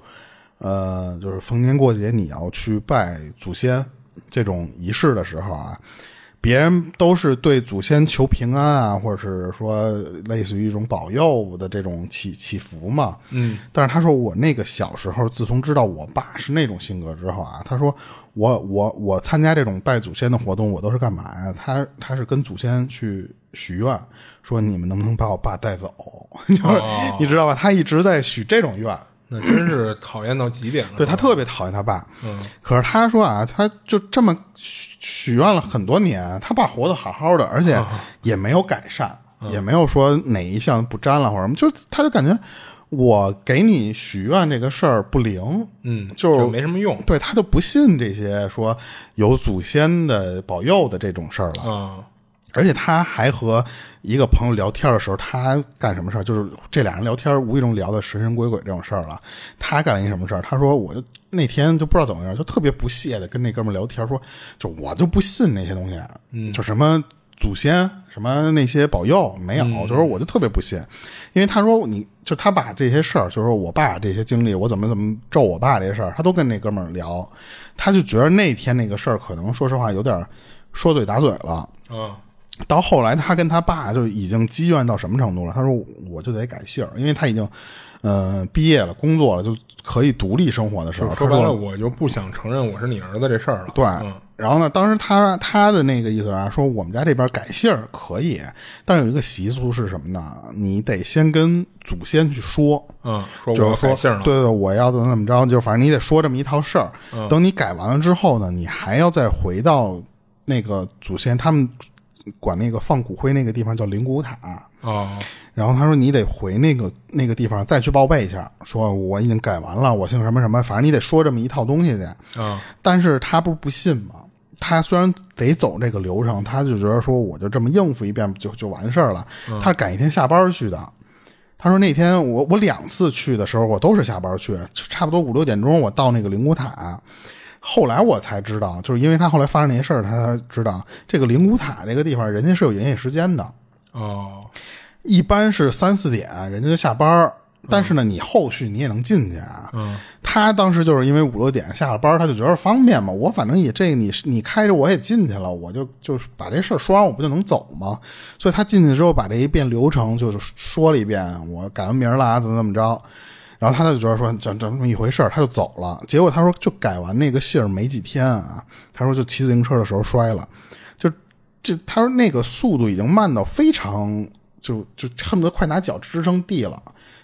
呃，就是逢年过节你要去拜祖先这种仪式的时候啊，别人都是对祖先求平安啊，或者是说类似于一种保佑的这种祈祈福嘛。
嗯，
但是他说我那个小时候，自从知道我爸是那种性格之后啊，他说我我我参加这种拜祖先的活动，我都是干嘛呀？他他是跟祖先去许愿，说你们能不能把我爸带走？ 就是、你知道吧？他一直在许这种愿。
那真是讨厌到极点了。
对他特别讨厌他爸，可是他说啊，他就这么许许愿了很多年，他爸活得好好的，而且也没有改善，也没有说哪一项不沾了或者什么，就是他就感觉我给你许愿这个事儿不灵，
嗯，
就
就没什么用。
对他就不信这些说有祖先的保佑的这种事儿了。
嗯
而且他还和一个朋友聊天的时候，他干什么事儿？就是这俩人聊天，无意中聊的神神鬼鬼这种事儿了。他干了一什么事儿？他说我就那天就不知道怎么回事，就特别不屑的跟那哥们儿聊天，说就我就不信那些东西，嗯，就什么祖先什么那些保佑没有，就是我就特别不信，因为他说你就他把这些事儿，就是我爸这些经历，我怎么怎么咒我爸这些事儿，他都跟那哥们儿聊，他就觉得那天那个事儿可能说实话有点儿说嘴打嘴了。
嗯
到后来，他跟他爸就已经积怨到什么程度了？他说：“我就得改姓儿，因为他已经，呃，毕业了，工作了，就可以独立生活的时候。”他
说白了，
说
我就不想承认我是你儿子这事儿了。：“
对。
嗯
然后呢，当时他他的那个意思啊，说我们家这边改姓儿可以，但是有一个习俗是什么呢？你得先跟祖先去说，
嗯，说
就
我
是
改
说，
姓了。
对对，我要怎么怎么着，就反正你得说这么一套事儿。
嗯
等你改完了之后呢，你还要再回到那个祖先他们管那个放骨灰那个地方叫灵骨塔，
哦，
然后他说你得回那个那个地方再去报备一下，说我已经改完了，我姓什么什么，反正你得说这么一套东西去。
啊，
但是他不是不信嘛，他虽然得走这个流程，他就觉得说我就这么应付一遍就就完事儿了。他是赶一天下班去的。他说那天我我两次去的时候，我都是下班去，就差不多五六点钟我到那个灵谷塔。后来我才知道，就是因为他后来发生那些事儿，他才知道这个灵谷塔这个地方人家是有营业时间的。
哦，
一般是三四点，人家就下班儿但是呢，你后续你也能进去啊。
嗯，
他当时就是因为五六点下了班儿他就觉得方便嘛。我反正也这个你你开着我也进去了，我就就是把这事儿说完，我不就能走吗？所以他进去之后把这一遍流程就是说了一遍，我改完名了啊，怎么怎么着。然后他就觉得说这这么一回事儿，他就走了。结果他说就改完那个信儿没几天啊，他说就骑自行车的时候摔了，就这他说那个速度已经慢到非常就就恨不得快拿脚支撑地了，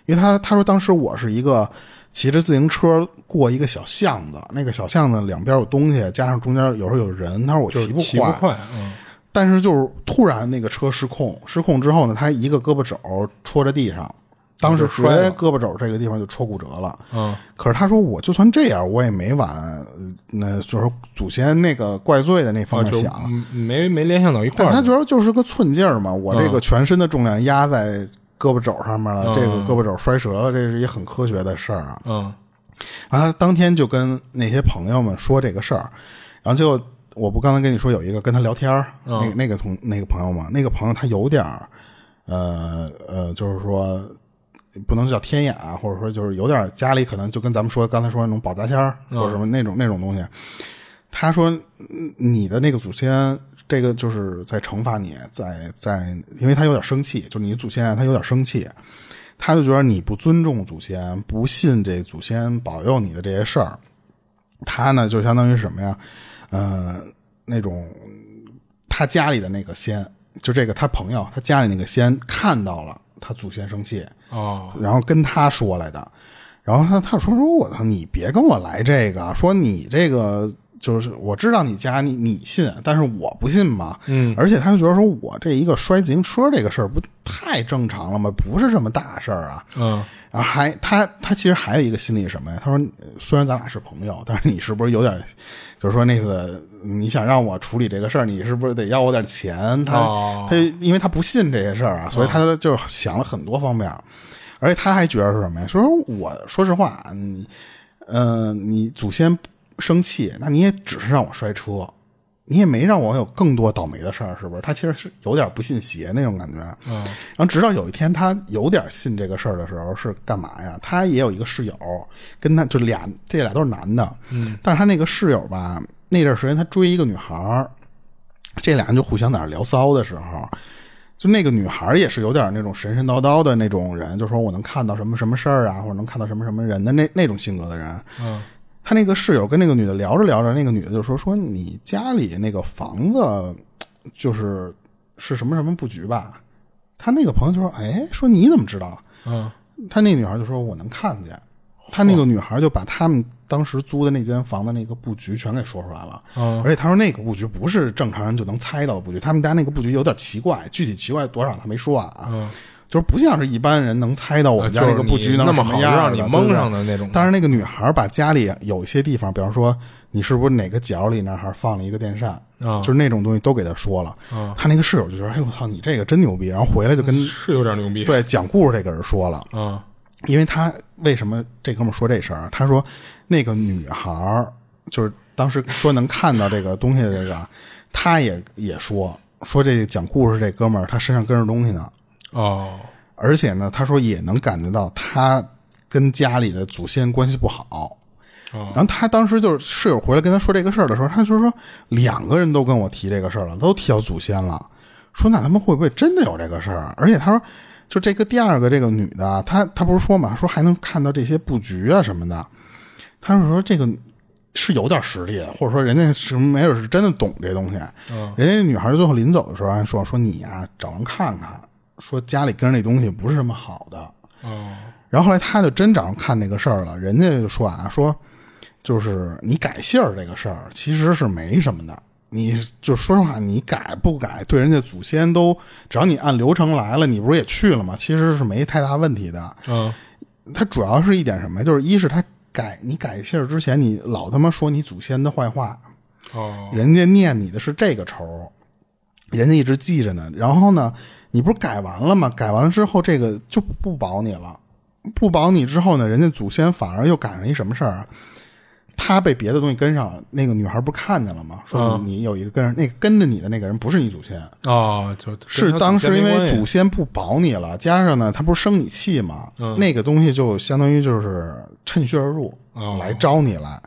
因为他他说当时我是一个骑着自行车过一个小巷子，那个小巷子两边有东西，加上中间有时候有人，他说我
就是
骑不
骑不快，嗯，
但是就是突然那个车失控，失控之后呢，他一个胳膊肘戳着地上，当时
哦就
直
摔
接
了
胳膊肘这个地方就戳骨折了。
嗯，
可是他说，我就算这样，我也没往呃那就是祖先那个怪罪的那方
啊，
面
就
想。
嗯没没联想到一块
但
儿去，
他觉得就是个寸劲儿嘛，我这个全身的重量压在胳膊肘上面了，
嗯
这个胳膊肘摔折了，这是一很科学的事儿啊。
嗯，
然后他当天就跟那些朋友们说这个事儿，然后就我不刚才跟你说有一个跟他聊天儿、那个那个同那个朋友嘛，那个朋友他有点儿，呃呃，就是说不能叫天眼啊，或者说就是有点儿家里可能就跟咱们说刚才说那种保家仙儿或者什么那种、那种东西。他说嗯你的那个祖先。这个就是在惩罚你，在在，因为他有点生气，就是你的祖先啊他有点生气，他就觉得你不尊重祖先，不信这祖先保佑你的这些事儿，他呢就相当于什么呀？呃，那种他家里的那个仙，就这个他朋友他家里那个仙看到了他祖先生气，
哦，
然后跟他说来的。然后他他说说我操，你别跟我来这个，说你这个就是我知道你家你你信，但是我不信嘛。嗯，而且他就觉得说我这一个摔自行车这个事儿不太正常了吗？不是什么大事儿啊。
嗯，
然后还他他其实还有一个心理是什么呀？他说呃虽然咱俩是朋友，但是你是不是有点，就是说那个你想让我处理这个事儿，你是不是得要我点钱？他、
哦
他因为他不信这些事儿啊，所以他就想了很多方面，而且他还觉得是什么呀？说我说实话，你呃，你祖先生气，那你也只是让我摔车。你也没让我有更多倒霉的事儿，是不是？他其实是有点不信邪那种感觉。嗯，然后直到有一天他有点信这个事儿的时候，是干嘛呀？他也有一个室友，跟他就俩，这俩都是男的。嗯，但是他那个室友吧，那段时间他追一个女孩儿，这俩人就互相在那儿聊骚的时候，就那个女孩儿也是有点那种神神叨叨的那种人，就说我能看到什么什么事儿啊，或者能看到什么什么人的那那种性格的人。
嗯，
他那个室友跟那个女的聊着聊着，那个女的就说说你家里那个房子就是是什么什么布局吧？他那个朋友就说，哎，说你怎么知道？
嗯，
他那女孩就说我能看见。他那个女孩就把他们当时租的那间房的那个布局全给说出来了，
嗯
而且他说那个布局不是正常人就能猜到的布局，他们家那个布局有点奇怪，具体奇怪多少他没说啊，
嗯
就是不像是一般人能猜到我
呃
们
就
家那
是
个布局
你
能
那
什
么好
样儿
让你
的
蒙
对
上
不对
的那种，
当然，那个女孩把家里有一些地方，比方说你是不是哪个角里那还放了一个电扇，
啊
就是那种东西都给她说了。
啊
她那个室友就觉得，哎我操，你这个真牛逼！然后回来就跟、
是有点牛逼，
对讲故事这个人说了，
啊，
因为他为什么这哥们儿说这事儿啊？他说那个女孩儿就是当时说能看到这个东西的这个，啊他也也说说这个讲故事这哥们儿他身上跟着东西呢，
哦，
而且呢，他说也能感觉到他跟家里的祖先关系不好。
哦
然后他当时就是室友回来跟他说这个事儿的时候，他就说两个人都跟我提这个事儿了，都提到祖先了，说那他们会不会真的有这个事儿？而且他说，就这个第二个这个女的，她她不是说嘛，说还能看到这些布局啊什么的，他是说这个是有点实力，或者说人家是没准是真的懂这东西。
嗯
人家女孩最后临走的时候还说说你啊，找人看看，说家里跟着那东西不是什么好的。
哦，
然后后来他就真找人看这个事儿了，人家就说啊，说就是你改姓儿这个事儿其实是没什么的，你就说实话，你改不改对人家祖先都，只要你按流程来了，你不是也去了吗？其实是没太大问题的。
嗯，
它主要是一点什么呀？就是一是他改你改姓儿之前，你老他妈说你祖先的坏话，
哦，
人家念你的是这个仇儿，人家一直记着呢。然后呢，你不是改完了吗？改完了之后，这个就不保你了。不保你之后呢，人家祖先反而又赶上一什么事儿啊？他被别的东西跟上了，那个女孩不是看见了吗？说你你有一个跟上，那个跟着你的那个人不是你祖先，
哦，就跟
是
他
当时
祖先
因
没关
为
系
祖先不保你了，加上呢，他不是生你气嘛，
嗯
那个东西就相当于就是趁虚而入、
哦
来招你来。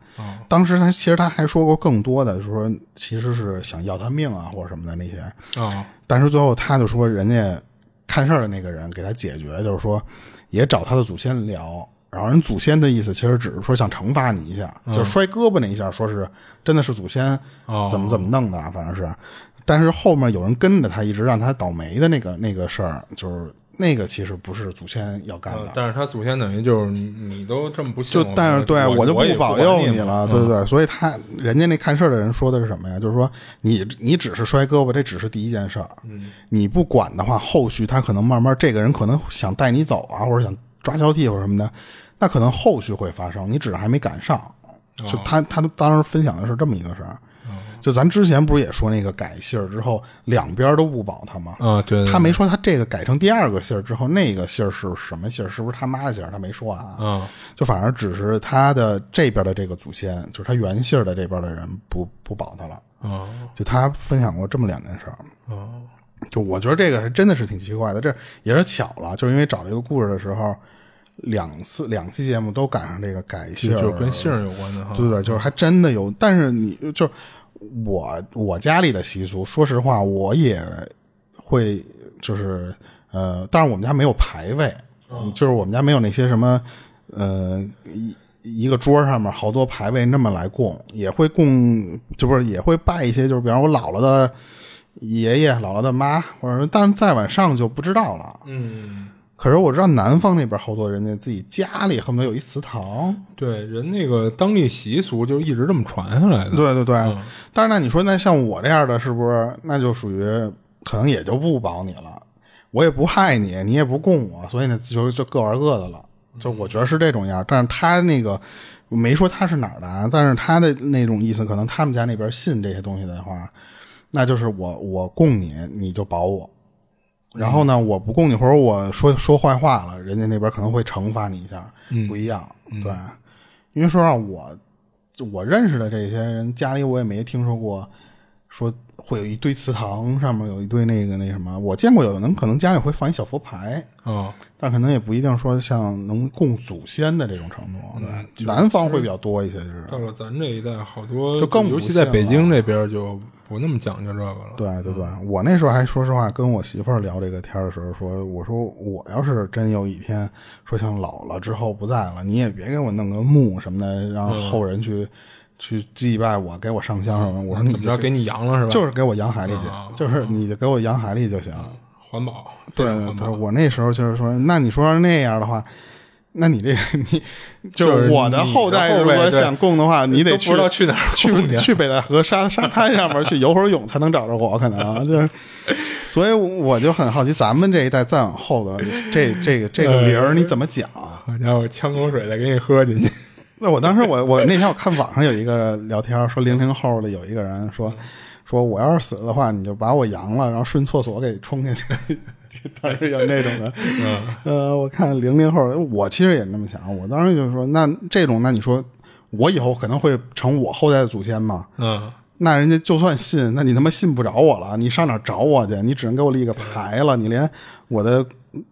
当时他其实他还说过更多的，就是说其实是想要他命啊或者什么的那些，
哦，
但是最后他就说人家看事儿的那个人给他解决，就是说也找他的祖先聊。然后人祖先的意思其实只是说想惩罚你一下，就是摔胳膊那一下，说是真的是祖先
哦
怎么怎么弄的啊，反正是。但是后面有人跟着他，一直让他倒霉的那个那个事儿，就是那个其实不是祖先要干的，
但是他祖先等于就是你你都这么不信
就
我，
但是对啊
我
就
我也
不保佑
管你
了，
嘛嗯
对对对，所以他人家那看事儿的人说的是什么呀？就是说你你只是摔胳膊，这只是第一件事儿，
嗯
你不管的话，后续他可能慢慢这个人可能想带你走啊，或者想抓交替或者什么的，那可能后续会发生，你只是还没赶上。
哦
就他他当时分享的是这么一个事儿，就咱之前不是也说那个改姓儿之后两边都不保他吗？
啊，对，对
他没说他这个改成第二个姓儿之后，那个姓儿是什么姓儿？是不是他妈的姓儿？他没说啊。
嗯，
就反而只是他的这边的这个祖先，就是他原姓儿的这边的人不不保他了。
哦
就他分享过这么两件事儿，
哦
就我觉得这个还真的是挺奇怪的，这也是巧了，就是因为找这个故事的时候，两次两期节目都赶上这个改姓
就
儿，
就是跟姓儿有关的哈，
对对，就是还真的有，但是你就是我我家里的习俗，说实话，我也会就是呃，但是我们家没有牌位，就是我们家没有那些什么呃一一个桌上面好多牌位那么来供，也会供，就不是也会拜一些，就是比方我姥姥的爷爷、姥姥的妈，或者说但是再往上就不知道了。
嗯，
可是我知道南方那边好多人家自己家里恨不得有一祠堂，
嗯对，人那个当地习俗就一直这么传下来的，嗯
对对对，但是那你说，那像我这样的，是不是那就属于可能也就不保你了？我也不害你，你也不供我，所以呢，就就各玩各的了。
嗯
就我觉得是这种样儿，但是他那个没说他是哪儿的，啊，但是他的那种意思，可能他们家那边信这些东西的话，那就是我我供你，你就保我。然
嗯
后呢，我不供你，或者我说说坏话了，人家那边可能会惩罚你一下，
嗯
不一样，对。因为说实话，我就我认识的这些人家里我也没听说过，说会有一堆祠堂上面有一堆那个那什么，我见过有人可能家里会放一小佛牌，
哦，
但可能也不一定说像能供祖先的这种程度，
嗯
对，南方会比较多一些，就是
到了咱这一代，好多
就更不
尤其在
信
北
了
京这边就不那么讲究这个了，
对对对，我那时候还说实话，跟我媳妇儿聊这个天儿的时候说，我说我要是真有一天说像老了之后不在了，你也别给我弄个墓什么的，让
嗯
后人去、去祭拜我，给我上香什么的。我说你
怎么着
就
给你扬了是吧？
就是给我阳海里去，
啊
就是你就给我阳海里就行。
环保，
对
这个环
对，
保，
我那时候就是说，那你说那样的话。 那你这个你
就是
我的
你的
后代，
后
如
辈
果
对
想供的话，你
都
得
不
去
知道去哪儿
去
供去
去北戴河沙沙滩上面去游会儿泳才能找着我，可能啊 就是，所以我就很好奇，咱们这一代再往后的这这个这个铃儿你怎么讲啊？
好家伙，呛口水再给你喝 进去，
那我当时我我那天我看网上有一个聊天说零零后的有一个人说说我要是死了的话，你就把我扬了，然后顺厕所给冲进去。 就当时有那种的，呃，我看零零后，我其实也那么想，我当时就说，那这种，那你说我以后可能会成我后代的祖先吗？
嗯，
那人家就算信，那你他妈信不着我了，你上哪儿找我去？你只能给我立个牌了，你连我的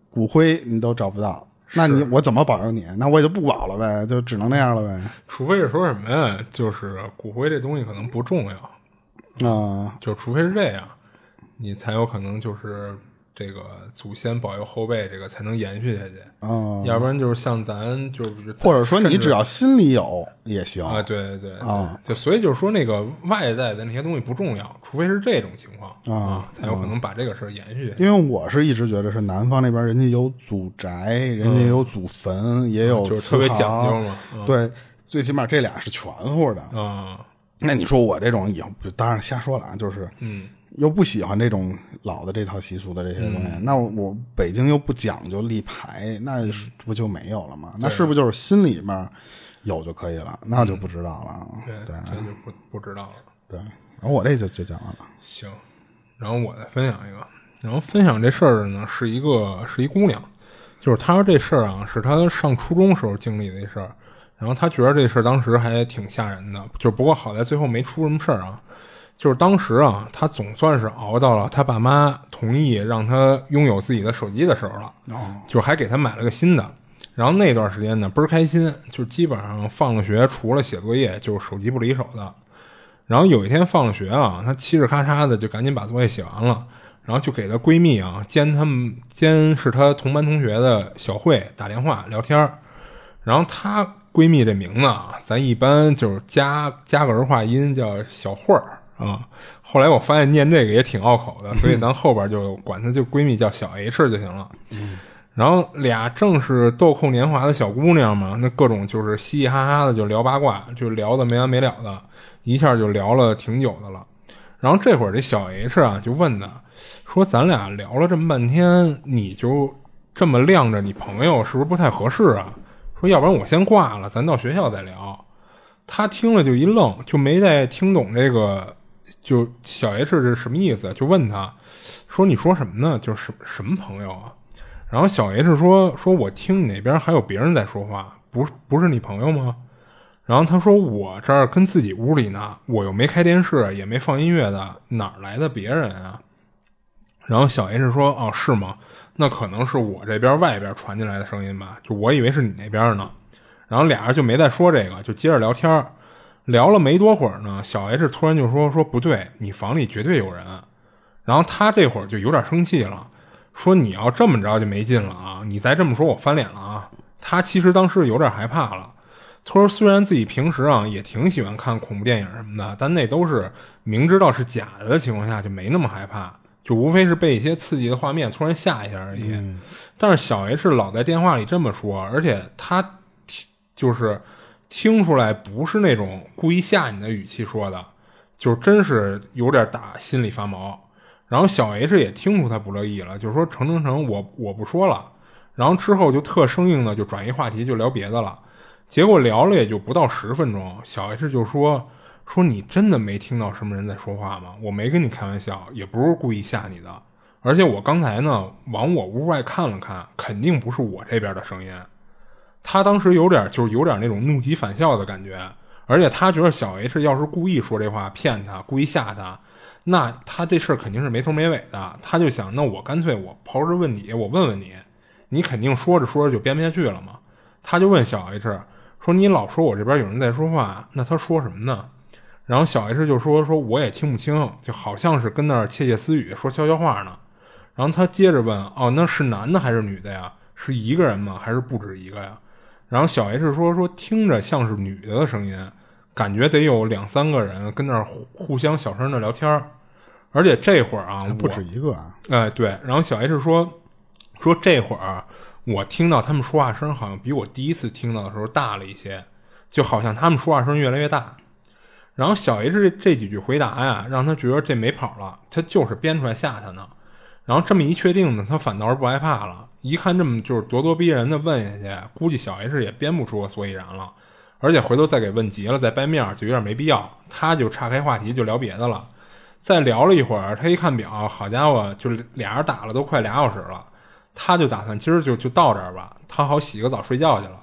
骨灰你都找不到，那你我怎么保佑你？那我也就不保了呗，就只能那样了呗。
除非是说什么呀，就是骨灰这东西可能不重要，
啊、
就除非是这样，你才有可能就是这个祖先保佑后辈，这个才能延续下去。
啊
要不然就是像咱就是，
或者说你
甚至
只要心里有也行。
啊，对对对
啊，
就所以就是说那个外在的那些东西不重要，除非是这种情况
啊
才有可能把这个事儿延续。
因为我是一直觉得是南方那边人家有祖宅，人家有祖坟，也有
嗯啊就是
祠
特别
堂
讲究嘛嗯
对，最起码这俩是全乎的。
啊，
那你说我这种以后当然瞎说了啊，就是
嗯，
又不喜欢这种老的这套习俗的这些东西，
嗯
那我我北京又不讲究立牌，那是不就没有了吗？
嗯
那是不是就是心里面有就可以了？那就不知道了。
对，这就不不知道了。
对，然后我这就就讲完了。
行，然后我再分享一个，然后分享这事儿的呢是一个是一姑娘，就是她说这事儿啊是她上初中时候经历的一事儿，然后她觉得这事儿当时还挺吓人的，就不过好在最后没出什么事儿啊。就是当时啊，她总算是熬到了她爸妈同意让她拥有自己的手机的时候了，就还给她买了个新的。然后那段时间呢，倍儿开心，就基本上放了学，除了写作业，就是手机不离手的。然后有一天放了学啊，她嘁哧咔嚓的就赶紧把作业写完了，然后就给她闺蜜啊，兼她们兼是她同班同学的小慧打电话聊天儿。然后她闺蜜这名字啊，咱一般就是加加个儿化音叫小慧儿啊。后来我发现念这个也挺拗口的，所以咱后边就管她就闺蜜叫小 H 就行了。然后俩正是豆蔻年华的小姑娘嘛，那各种就是嘻嘻哈哈的就聊八卦，就聊的没完没了的，一下就聊了挺久的了。然后这会儿这小 H 啊就问他，说咱俩聊了这么半天，你就这么晾着你朋友，是不是不太合适啊？说要不然我先挂了，咱到学校再聊。他听了就一愣，就没再听懂这个，就小 H 这是什么意思，啊就问他说：“你说什么呢？就是什么什么朋友啊？”然后小 H 说：“说我听你那边还有别人在说话，不是不是你朋友吗？”然后他说：“我这儿跟自己屋里呢，我又没开电视，也没放音乐的，哪儿来的别人啊？”然后小 H 说：“哦，是吗？那可能是我这边外边传进来的声音吧，就我以为是你那边呢。”然后俩人就没再说这个，就接着聊天儿。聊了没多会儿呢，小 H 突然就说：“说不对，你房里绝对有人。”啊然后他这会儿就有点生气了，说：“你要这么着就没劲了啊！你再这么说，我翻脸了啊！”他其实当时有点害怕了。他说：“虽然自己平时啊也挺喜欢看恐怖电影什么的，但那都是明知道是假的的情况下就没那么害怕，就无非是被一些刺激的画面突然吓一下而已。但是小 H 老在电话里这么说，而且他听就是听出来不是那种故意吓你的语气说的，就真是有点打心里发毛。然后小 H 也听出他不乐意了，就说成成成，我我不说了。然后之后就特生硬的就转移话题，就聊别的了。结果聊了也就不到十分钟，小 H 就说说你真的没听到什么人在说话吗？我没跟你开玩笑，也不是故意吓你的。而且我刚才呢往我屋外看了看，肯定不是我这边的声音。他当时有点就是有点那种怒极反笑的感觉，而且他觉得小 H 要是故意说这话骗他，故意吓他，那他这事儿肯定是没头没尾的。他就想，那我干脆我刨根问底，我问问你，你肯定说着说着就编不下去了嘛。他就问小 H 说：“你老说我这边有人在说话，那他说什么呢？”然后小 H 就说：“说我也听不清，就好像是跟那儿窃窃私语，说悄悄话呢。”然后他接着问：“哦，那是男的还是女的呀？是一个人吗？还是不止一个呀？”然后小 H 说：“说听着像是女的的声音，感觉得有两三个人跟那儿互互相小声的聊天儿，而且这会儿啊，
不
我
止一个啊，
哎，对。然后小 H 说说这会儿啊我听到他们说话声好像比我第一次听到的时候大了一些，就好像他们说话声越来越大。然后小 H 这这几句回答呀，让他觉得这没跑了，他就是编出来吓他呢。然后这么一确定呢，他反倒是不害怕了。一看这么就是咄咄逼人的问下去，估计小 H 也编不出个所以然了。而且回头再给问急了，再掰面儿就有点没必要。他就岔开话题，就聊别的了。再聊了一会儿，他一看表，好家伙，就俩人打了都快俩小时了。他就打算今儿就就到这儿吧，他好洗个澡睡觉去了。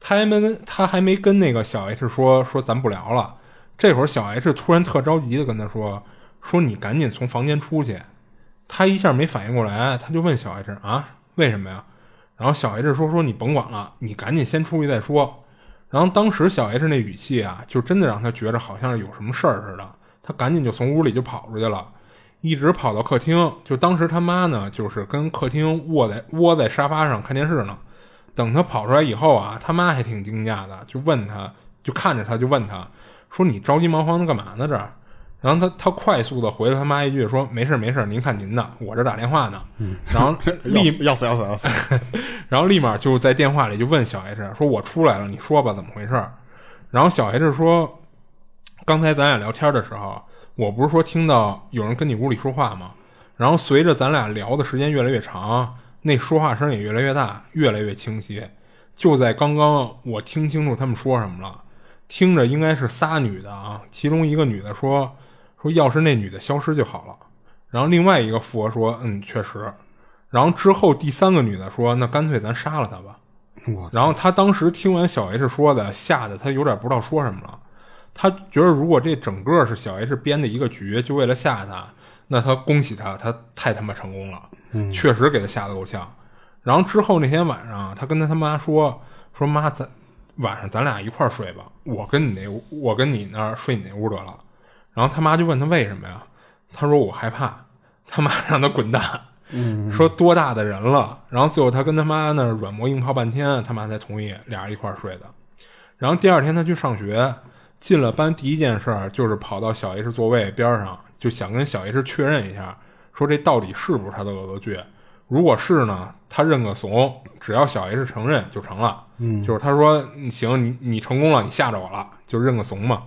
他还没跟他还没跟那个小 H 说说咱不聊了。这会儿小 H 突然特着急的跟他说说你赶紧从房间出去。他一下没反应过来，他就问小 H 啊为什么呀？然后小 H 说说你甭管了，你赶紧先出去再说。然后当时小 H 那语气啊，就真的让他觉着好像是有什么事儿似的，他赶紧就从屋里就跑出去了，一直跑到客厅。就当时他妈呢，就是跟客厅卧在窝在沙发上看电视呢。等他跑出来以后啊，他妈还挺惊讶的，就问他，就看着他，就问他说：“你着急忙慌的干嘛呢？这儿？”然后他他快速的回了他妈一句说：“没事儿没事儿，您看您的，我这打电话呢。”然后
要
立
死要死要死 要死！
然后立马就在电话里就问小 H 说：“我出来了，你说吧，怎么回事儿？”然后小 H 说：“刚才咱俩聊天的时候，我不是说听到有人跟你屋里说话吗？然后随着咱俩聊的时间越来越长，那说话声也越来越大，越来越清晰。就在刚刚，我听清楚他们说什么了，听着应该是仨女的啊，其中一个女的说说要是那女的消失就好了，然后另外一个富额说嗯确实，然后之后第三个女的说那干脆咱杀了她吧，
我
然后他当时听完小 H 说的，吓得他有点不知道说什么了。他觉得如果这整个是小 H 编的一个局，就为了吓他，那他恭喜他，他太他妈成功了，确实给他吓得够呛。然后之后那天晚上，他跟他他妈说说妈，咱晚上咱俩一块儿睡吧，我跟你那屋，我跟你那儿睡你那屋得了。然后他妈就问他为什么呀？他说我害怕。他妈让他滚蛋，说多大的人了。然后最后他跟他妈那儿软磨硬泡半天，他妈才同意俩人一块儿睡的。然后第二天他去上学，进了班第一件事儿就是跑到小 H 座位边上，就想跟小 H 确认一下，说这到底是不是他的恶作剧。如果是呢，他认个怂，只要小 H 承认就成了。嗯，就是他说你行，你你成功了，你吓着我了，就认个怂嘛。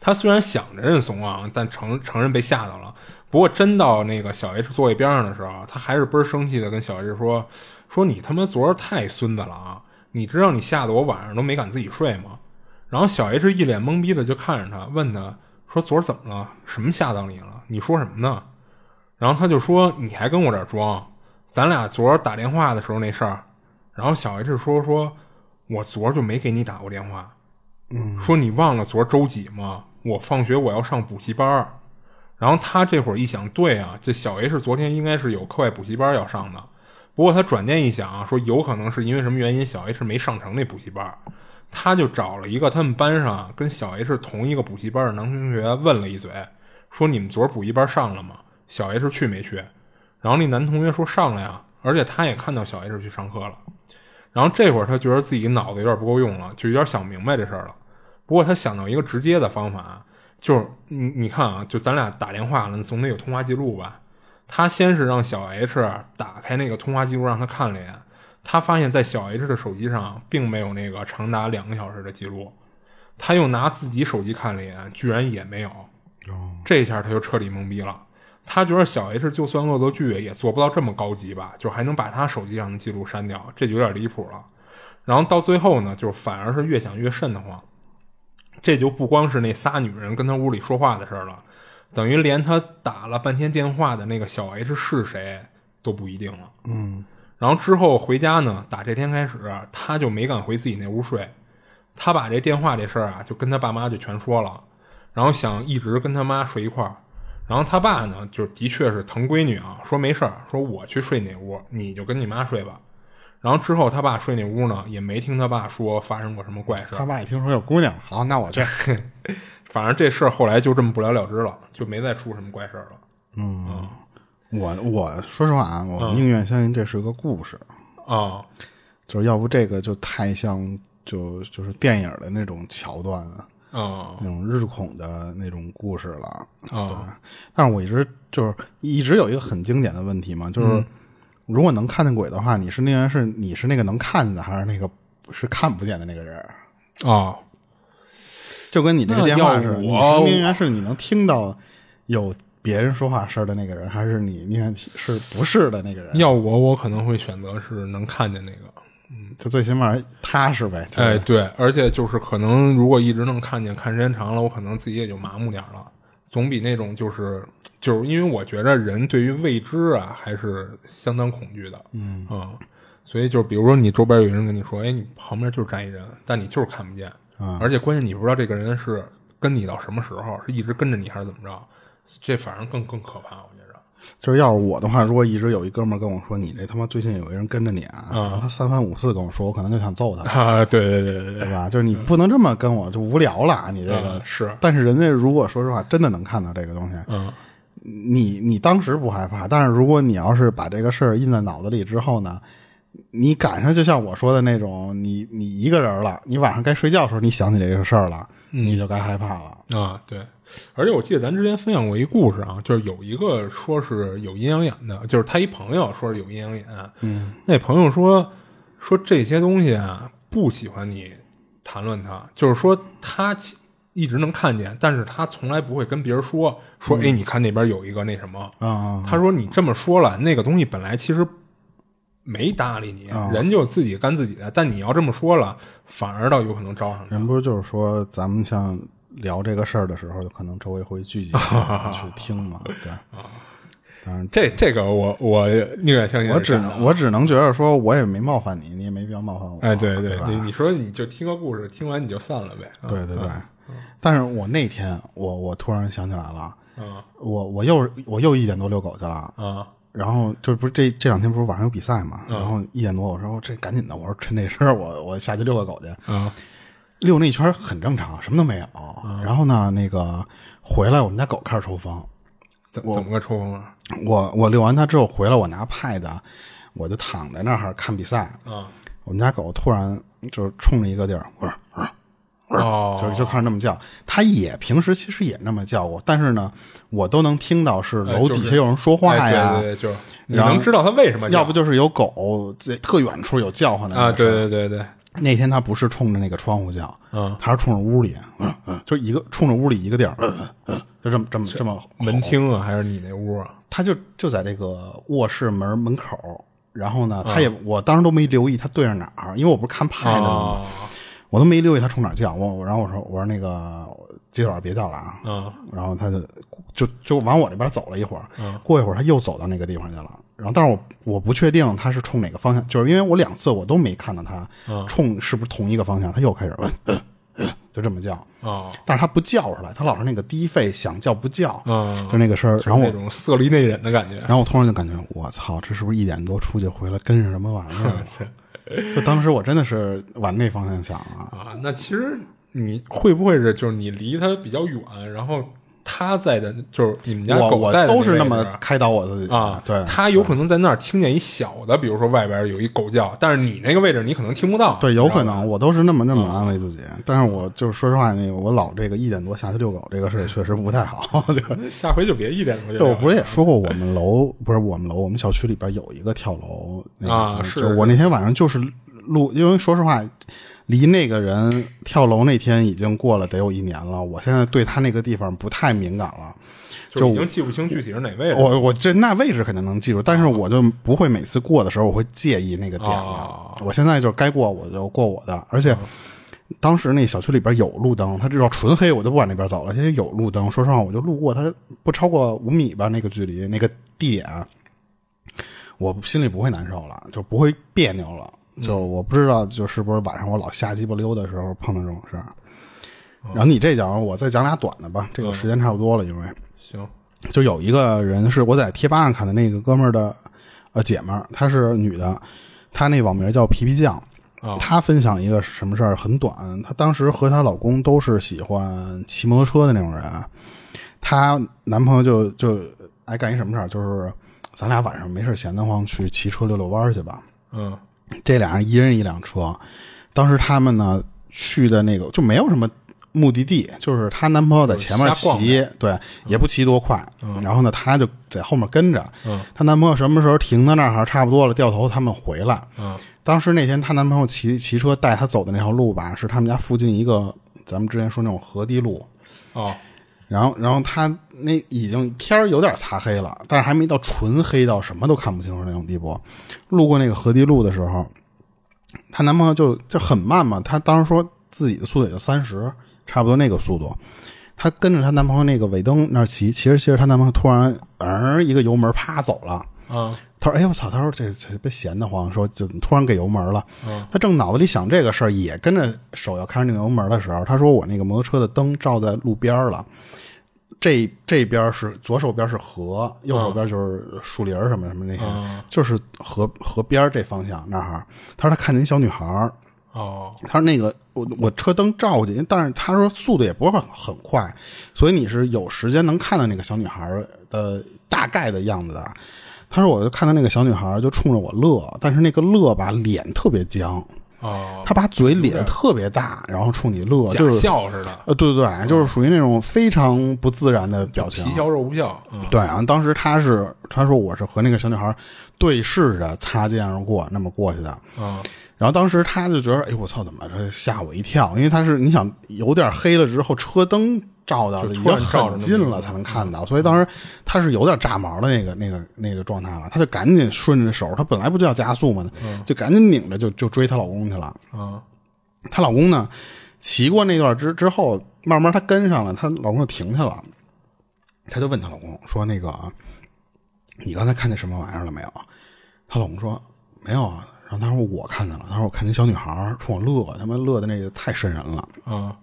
他虽然想着认怂啊，但承承认被吓到了。不过真到那个小 H 座位边上的时候，啊他还是倍儿生气的跟小 H 说：“说你他妈昨儿太孙子了啊！你知道你吓得我晚上都没敢自己睡吗？”然后小 H 一脸懵逼的就看着他，问他说：“昨儿怎么了？什么吓到你了？你说什么呢？”然后他就说：“你还跟我这儿装？咱俩昨儿打电话的时候那事儿。”然后小 H 说：“说我昨儿就没给你打过电话。”说你忘了昨儿周几吗？我放学我要上补习班儿。然后他这会儿一想，对啊，这小 H 昨天应该是有课外补习班要上的。不过他转念一想啊，说有可能是因为什么原因，小 H 没上成那补习班儿，他就找了一个他们班上跟小 H 同一个补习班的男同学问了一嘴，说你们昨儿补习班上了吗？小 H 去没去？然后那男同学说上了呀，而且他也看到小 H 去上课了。然后这会儿他觉得自己脑子有点不够用了，就有点想明白这事儿了。不过他想到一个直接的方法，就是你你看啊，就咱俩打电话了，你总得有通话记录吧？他先是让小 H 打开那个通话记录让他看了一眼，他发现在小 H 的手机上并没有那个长达两个小时的记录，他又拿自己手机看了一眼，居然也没有。这一下他就彻底懵逼了。他觉得小 H 就算恶作剧也做不到这么高级吧，就还能把他手机上的记录删掉，这就有点离谱了。然后到最后呢，就是反而是越想越瘆得慌。这就不光是那仨女人跟他屋里说话的事儿了，等于连他打了半天电话的那个小 H 是谁都不一定了。
嗯，
然后之后回家呢，打这天开始，他就没敢回自己那屋睡，他把这电话这事儿啊，就跟他爸妈就全说了，然后想一直跟他妈睡一块儿。然后他爸呢，就的确是疼闺女啊，说没事儿，说我去睡哪屋，你就跟你妈睡吧。然后之后他爸睡那屋呢，也没听他爸说发生过什么怪事儿。
他爸一听说有姑娘，好，那我去。
反正这事儿后来就这么不了了之了，就没再出什么怪事儿了。
我我说实话啊，我宁愿相信这是个故事，
啊、
就是要不这个就太像就就是电影的那种桥段啊，
啊
那种日恐的那种故事了。
啊
但是我一直就是一直有一个很经典的问题嘛，就是如果能看见鬼的话，你是那人是你是那个能看见的，还是那个是看不见的那个人？
啊！
就跟你这个电话似的，
那
你
要我
是宁愿是你能听到有别人说话声的那个人，还是你宁愿是不是的那个人？
要我，我可能会选择是能看见那个。
就最起码踏实呗。就是
哎，对，而且就是可能如果一直能看见，看时间长了，我可能自己也就麻木点儿了。总比那种就是就是因为我觉着人对于未知啊还是相当恐惧的，嗯所以就是比如说你周边有人跟你说，哎，你旁边就是站一人，但你就是看不见，而且关键你不知道这个人是跟你到什么时候，是一直跟着你还是怎么着，这反而更更可怕，我觉着。
就是要是我的话，如果一直有一哥们儿跟我说你这他妈最近有一人跟着你啊，然后他三番五次跟我说，我可能就想揍他，
啊，对对对对对
对吧？就是你不能这么跟我，就无聊了啊，你这个、
嗯是
但是人家如果说实话真的能看到这个东西，
嗯，
你你当时不害怕，但是如果你要是把这个事儿印在脑子里之后呢，你赶上就像我说的那种，你你一个人了，你晚上该睡觉的时候，你想起这个事儿了，
嗯
你就该害怕了。
啊，对，而且我记得咱之前分享过一故事啊，就是有一个说是有阴阳眼的，就是他一朋友说是有阴阳眼，嗯，那朋友说说这些东西啊不喜欢你谈论它，就是说他其一直能看见，但是他从来不会跟别人说说，哎，你看那边有一个那什么。
嗯啊，
他说你这么说了，那个东西本来其实没搭理你，
啊
人就自己干自己的。但你要这么说了，反而倒有可能招上他。
人不是就是说咱们像聊这个事儿的时候，可能周围会聚集 去听嘛，对。
啊
当然，
这这个我我宁愿相信
我
是
只
真的。啊
能我只能觉得说，我也没冒犯你，你也没必要冒犯我。
哎，对
对吧
你你说你就听个故事，听完你就散了呗。啊
对对对。但是我那天，我我突然想起来了，
啊
我我又我又一点多遛狗去了，
啊
然后这不是这这两天不是晚上有比赛嘛，然后一点多，我说这赶紧的，我说趁这事儿我我下去遛个狗去，
啊
遛那一圈很正常，啊什么都没有。然后呢，那个回来我们家狗开始抽风，
怎怎么个抽风啊？
我我遛完它之后回来，我拿 pad，我就躺在那儿看比赛。
啊
我们家狗突然就是冲着一个地儿，我说
哦，
就就开始那么叫。它也平时其实也那么叫过，但是呢，我都能听到是楼
哎就是
底下有人说话呀，
哎对对对，就是你
然后
能知道他为什么叫，
要不就是有狗在特远处有叫唤的
啊，
那种
对对对对，
那天它不是冲着那个窗户叫，
嗯，
它是冲着屋里，嗯嗯，就一个冲着屋里一个地儿，嗯嗯，就这么这么这么
门厅啊，还是你那屋啊？
他就就在这个卧室门门口，然后呢，
嗯
他也、我当时都没留意他对着哪儿，因为我不是看派的吗？
哦
我都没留意他冲哪儿叫我，我然后我说我说那个今晚上别叫了啊，
嗯
然后他就就就往我这边走了一会儿，过一会儿他又走到那个地方去了，然后但是我我不确定他是冲哪个方向，就是因为我两次我都没看到他、
嗯
冲是不是同一个方向，他又开始、 嗯嗯嗯就这么叫，
哦，
但是他不叫出来，他老是那个低吠想叫不叫，
嗯
就那个声儿，然后我
那种色厉内荏的感觉
然。后我突然就感觉，我操，这是不是一点多出去回来跟上什么玩意
嗯
儿？就当时我真的是往那方向想啊，
啊，那其实你会不会是就是你离他比较远，然后他在的，就是你们家
我
狗
我
在的
都是那
那
么
位置
开导我自己的
啊，
对，
他有可能在那儿听见一小的，比如说外边有一狗叫，但是你那个位置你可能听不到，
对，有可
你知道吧啊
能我都是那么那么安慰自己，但是我就是说实话，那个我老这个一点多下去遛狗这个事儿确实不太好。 就
下回就别一点多
就我不是也说过，我们楼不是我们楼，我们小区里边有一个跳楼那个
啊
就是我那天晚上就是录，因为说实话，离那个人跳楼那天已经过了得有一年了，我现在对他那个地方不太敏感了。
就已经记不清具体是哪位了。
我我这那位置肯定能记住，但是我就不会每次过的时候我会介意那个点了
哦。
我现在就是该过我就过我的，而且当时那小区里边有路灯，它这要纯黑我就不往那边走了。现在有路灯，说实话我就路过它不超过五米吧那个距离那个地点，我心里不会难受了，就不会别扭了。就是我不知道，就是不是晚上我老瞎鸡巴溜的时候碰到这种事儿。然后你这讲，我再讲俩短的吧，这个时间差不多了，因为。
行，
就有一个人是我在贴吧上看的那个哥们儿的呃姐们儿，她是女的，她那网名叫皮皮酱。
哦
她分享一个什么事儿很短，她当时和她老公都是喜欢骑摩托车的那种人，她男朋友就就爱干一什么事儿，就是咱俩晚上没事儿闲得慌去骑车遛遛弯儿去吧。
嗯
这俩人一人一辆车。当时他们呢去的那个就没有什么目的地，就是她男朋友在前面
就是瞎逛
骑，对，也不骑多快。然后呢，她就在后面跟着。
嗯
她男朋友什么时候停到那儿差不多了，掉头他们回来。
嗯
当时那天她男朋友骑骑车带她走的那条路吧，是他们家附近一个咱们之前说那种河堤路。
哦
然后，然后他那已经天儿有点擦黑了，但是还没到纯黑到什么都看不清楚那种地步。路过那个河堤路的时候，她男朋友就就很慢嘛，她当时说自己的速度也就三十，差不多那个速度。她跟着她男朋友那个尾灯那儿骑，骑着骑着，她男朋友突然嗯、一个油门啪走了。
嗯
她说：“哎呦我操！”她说：“这这别闲得慌。”说就突然给油门了。她正脑子里想这个事儿，也跟着手要开始拧油门的时候，她说：“我那个摩托车的灯照在路边儿了，这这边儿是左手边是河，右手边就是树林儿什么什么那些，就是河河边儿这方向那儿。”她说：“她看见一小女孩儿，
哦
他说那个我我车灯照过去，但是他说速度也不是很快，所以你是有时间能看到那个小女孩的大概的样子的。他说我就看到那个小女孩就冲着我乐，但是那个乐吧脸特别僵，
哦哦，
他把嘴咧得特别大，然后冲你乐，
假
就是
笑似的，
呃，对对对，就是属于那种非常不自然的表情
皮。笑肉不笑，嗯，
对啊，当时他是他说我是和那个小女孩对视着擦肩而过，那么过去的。
啊，
然后当时他就觉得，哎，我操，怎么这吓我一跳？因为他是你想有点黑了之后，车灯照到的已
就突
经
然
很
照着那么
近
一
了
个嗯
才能看到，所以当时他是有点炸毛的那个那个那个状态了，他就赶紧顺着手，他本来不就要加速嘛，
嗯
就赶紧拧着就就追她老公去了。
啊，
她老公呢，骑过那段之之后，慢慢她跟上了，她老公就停下了。她就问她老公说：“那个啊，你刚才看见什么玩意儿了没有？”她老公说：“没有啊。”然后她说：“我看见了。”她说：“我看见小女孩儿冲我乐，他妈乐的那个太瘆人了。”
啊，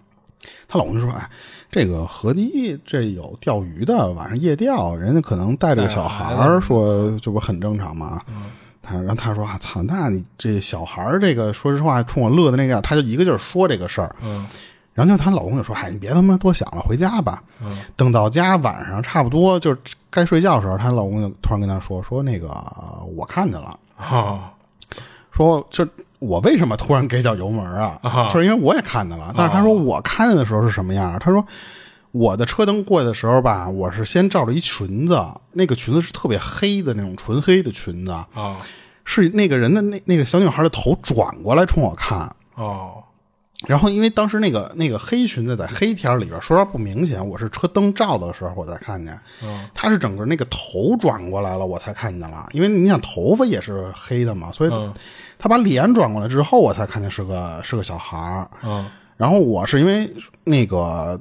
她老公就说：“哎，这个河堤这有钓鱼的，晚上夜钓，人家可能带着个小孩
带着孩
儿，啊说这不很正常吗？”她然后她说：“啊，操，那你这小孩儿这个，说实话，冲我乐的那个样，她就一个劲儿说这个事儿。
嗯，
然后就她老公就说：‘哎，你别他妈多想了，回家吧。
嗯
等到家晚上差不多就是该睡觉的时候，她老公就突然跟她说：‘说那个我看见了，
啊，
说这我为什么突然给脚油门啊？
啊
就是因为我也看见了，但是他说我看见的时候是什么样？他说我的车灯过去的时候吧，我是先照着一裙子，那个裙子是特别黑的那种纯黑的裙子，
啊，
是那个人的那那个小女孩的头转过来冲我看。
哦，
然后，因为当时那个那个黑裙子在黑天儿里边，说实话不明显，我是车灯照的时候我才看见，她是整个那个头转过来了我才看见了，因为你想头发也是黑的嘛，所以
嗯
她把脸转过来之后我才看见是个是个小孩儿。
嗯，
然后我是因为那个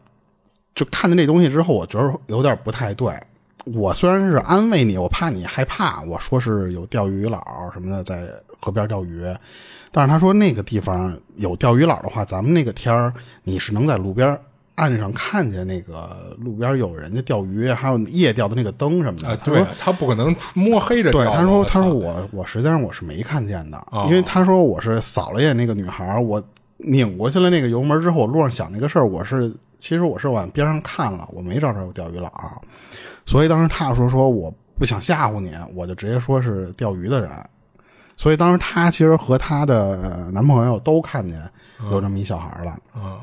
就看见这东西之后，我觉得有点不太对。我虽然是安慰你，我怕你害怕，我说是有钓鱼佬什么的在河边钓鱼，但是他说那个地方有钓鱼佬的话，咱们那个天儿你是能在路边岸上看见那个路边有人家钓鱼，还有夜钓的那个灯什么的。
啊，
他说
对他不可能摸黑着
对，
跳
他说
我
他说
操
我我实际上我是没看见的，
哦
因为他说我是扫了一眼那个女孩儿，我拧过去了那个油门之后，我路上想那个事儿，我是其实我是往边上看了，我没找着有钓鱼佬，所以当时他说说我不想吓唬你，我就直接说是钓鱼的人。所以当时她其实和她的呃男朋友都看见有这么一小孩儿了，
嗯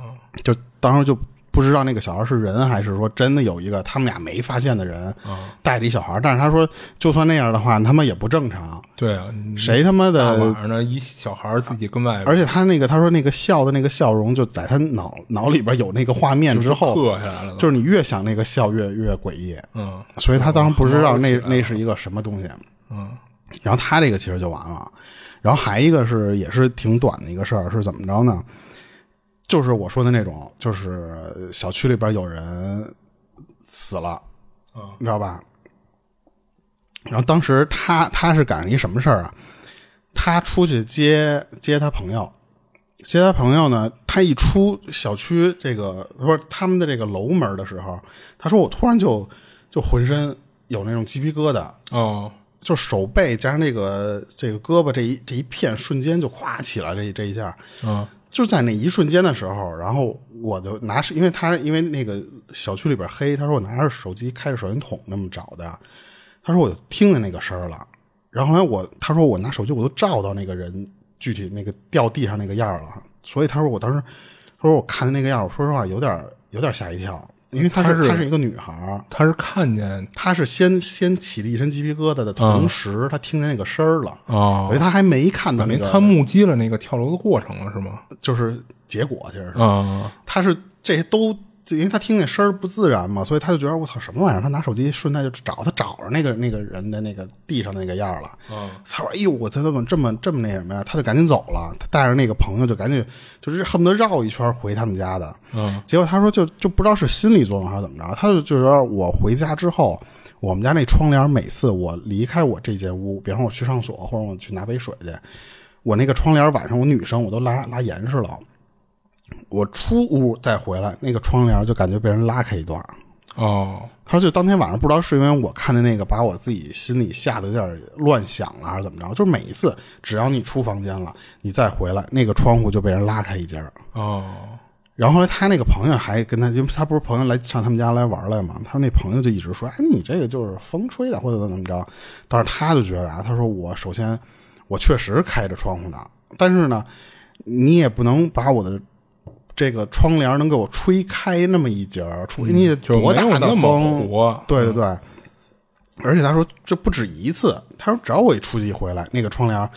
就当时就不知道那个小孩是人还是说真的有一个他们俩没发现的人
啊
带着一小孩，但是他说就算那样的话，他妈也不正常，
对啊，你
谁他妈
大晚
的。
上呢，一小孩儿自己跟外边
而且他那个，他说那个笑的那个笑容，就在他脑脑里边有那个画面之后，
刻下来了都，
就是你越想那个笑越越诡异，
嗯
所以他当时不知道那那是一个什么啊东西。
嗯
然后他这个其实就完了。然后还一个是也是挺短的一个事儿，是怎么着呢？就是我说的那种，就是小区里边有人死了，
啊
你知道吧？然后当时他他是赶上一什么事儿啊？他出去接接他朋友，接他朋友呢，他一出小区这个不是他们的这个楼门的时候，他说我突然就就浑身有那种鸡皮疙瘩，
哦
就手背加上这个这个胳膊这一这一片瞬间就咵起来，这一这一下
嗯
就在那一瞬间的时候，然后我就拿是因为他因为那个小区里边黑，他说我拿着手机开着手电筒那么找的，他说我就听见那个声儿了，然后后来我他说我拿手机我都照到那个人具体那个掉地上那个样儿了，所以他说我当时他说我看见那个样儿，我说实话有点儿有点儿吓一跳，因为她是
她是
她是一个女孩儿，
他是看见
他是先先起了一身鸡皮疙瘩的同时，他听见那个声儿了，
哦
所以，他还没看到
等
那
于
个，
他目击了那个跳楼的过程了，是吗？
就是结果，其实是
啊
他是这些都。因为他听见声儿不自然嘛，所以他就觉得我操什么玩意儿？他拿手机顺带就找，他找着那个那个人的那个地上的那个样儿了。
啊
他说：“哎呦，我他怎么这么这么那什么呀？”他就赶紧走了，他带着那个朋友就赶紧就是恨不得绕一圈回他们家的。
嗯
结果他说就就不知道是心理作用还是怎么着，他就就说我回家之后，我们家那窗帘每次我离开我这间屋，比方说我去上所或者我去拿杯水去，我那个窗帘晚上我女生我都拉拉严实了，我出屋再回来，那个窗帘就感觉被人拉开一段儿。
哦
他说：“就当天晚上不知道是因为我看的那个，把我自己心里吓得有点乱想了，还是怎么着？就是每一次只要你出房间了，你再回来，那个窗户就被人拉开一截儿。
哦
然后后来他那个朋友还跟他，因为他不是朋友来上他们家来玩来嘛，他那朋友就一直说：‘哎，你这个就是风吹的，或者怎么着？’但是他就觉得啊，他说我首先我确实开着窗户呢，但是呢，你也不能把我的这个窗帘能给我吹开那么一截儿，除非你得
嗯就
多
没
大的
有那么
风，
火嗯
对对对。而且他说这不止一次，他说只要我一出去一回来，那个窗帘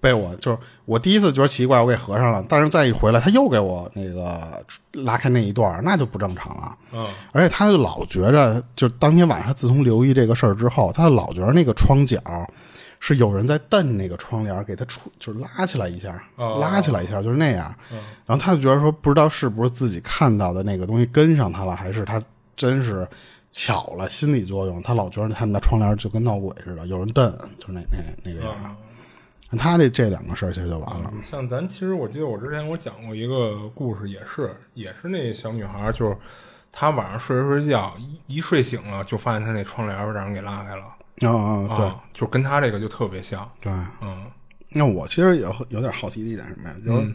被我就是我第一次觉得奇怪，我给合上了，但是再一回来他又给我那个拉开那一段儿，那就不正常了。
嗯，
而且他就老觉着，就是当天晚上他自从留意这个事儿之后，他就老觉着那个窗角是有人在蹬那个窗帘，给他出就是拉起来一下，
哦
拉起来一下，就是那样。然后他就觉得说，不知道是不是自己看到的那个东西跟上他了，还是他真是巧了心理作用，他老觉得他们的窗帘就跟闹鬼似的，有人蹬，就是那那那个样儿。他这这两个事儿其实就完了。
像咱其实我记得我之前我讲过一个故事，也是也是那小女孩儿，就是她晚上睡着睡觉，一一睡醒了就发现她那窗帘儿让人给拉开了，
啊啊、对、
啊，就跟她这个就特别像，
对。
嗯，
那我其实有有点好奇的一点是什么呀？就是、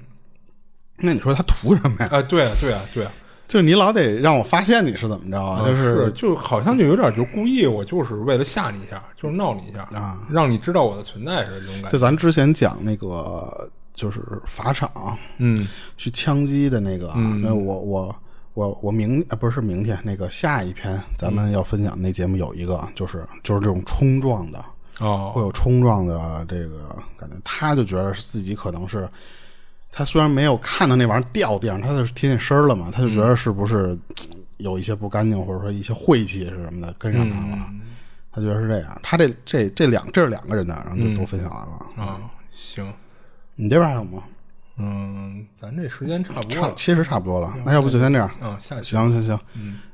那你说他图什么 呀？
啊，对啊，对啊，对啊，
就是你老得让我发现你是怎么着啊？就
就是就好像就有点就故意，我就是为了吓你一下，就是闹你一下
啊，
让你知道我的存在似的这种感
就
觉，
咱之前讲那个，就是法场
嗯
去枪击的那个啊，那我我我我明呃不是明天那个下一篇咱
嗯
们要分享那节目有一个就是就是这种冲撞的，会
哦，
有冲撞的这个感觉，他就觉得是自己可能是。他虽然没有看到那玩意儿掉地上，他就是听见声儿了嘛，他就觉得是不是嘖有一些不干净，或者说一些晦气是什么的跟上他了。他觉得是这样。他这这这两这是两个人的，然后就都分享完了。
啊，行，
你这边还有吗？
嗯，咱这时间差不多
差
了，
其实差不多了，那要不就先这样。哎
啊，下期
行行行，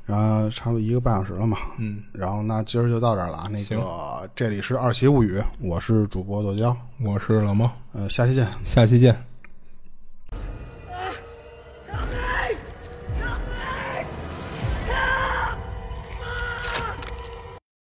然后差不多一个半小时了嘛，嗯，然后那今儿就到这儿了啊。那个这里是《二奇物语》，我是主播剁椒，
我是老猫，
呃，下期见。
下期见。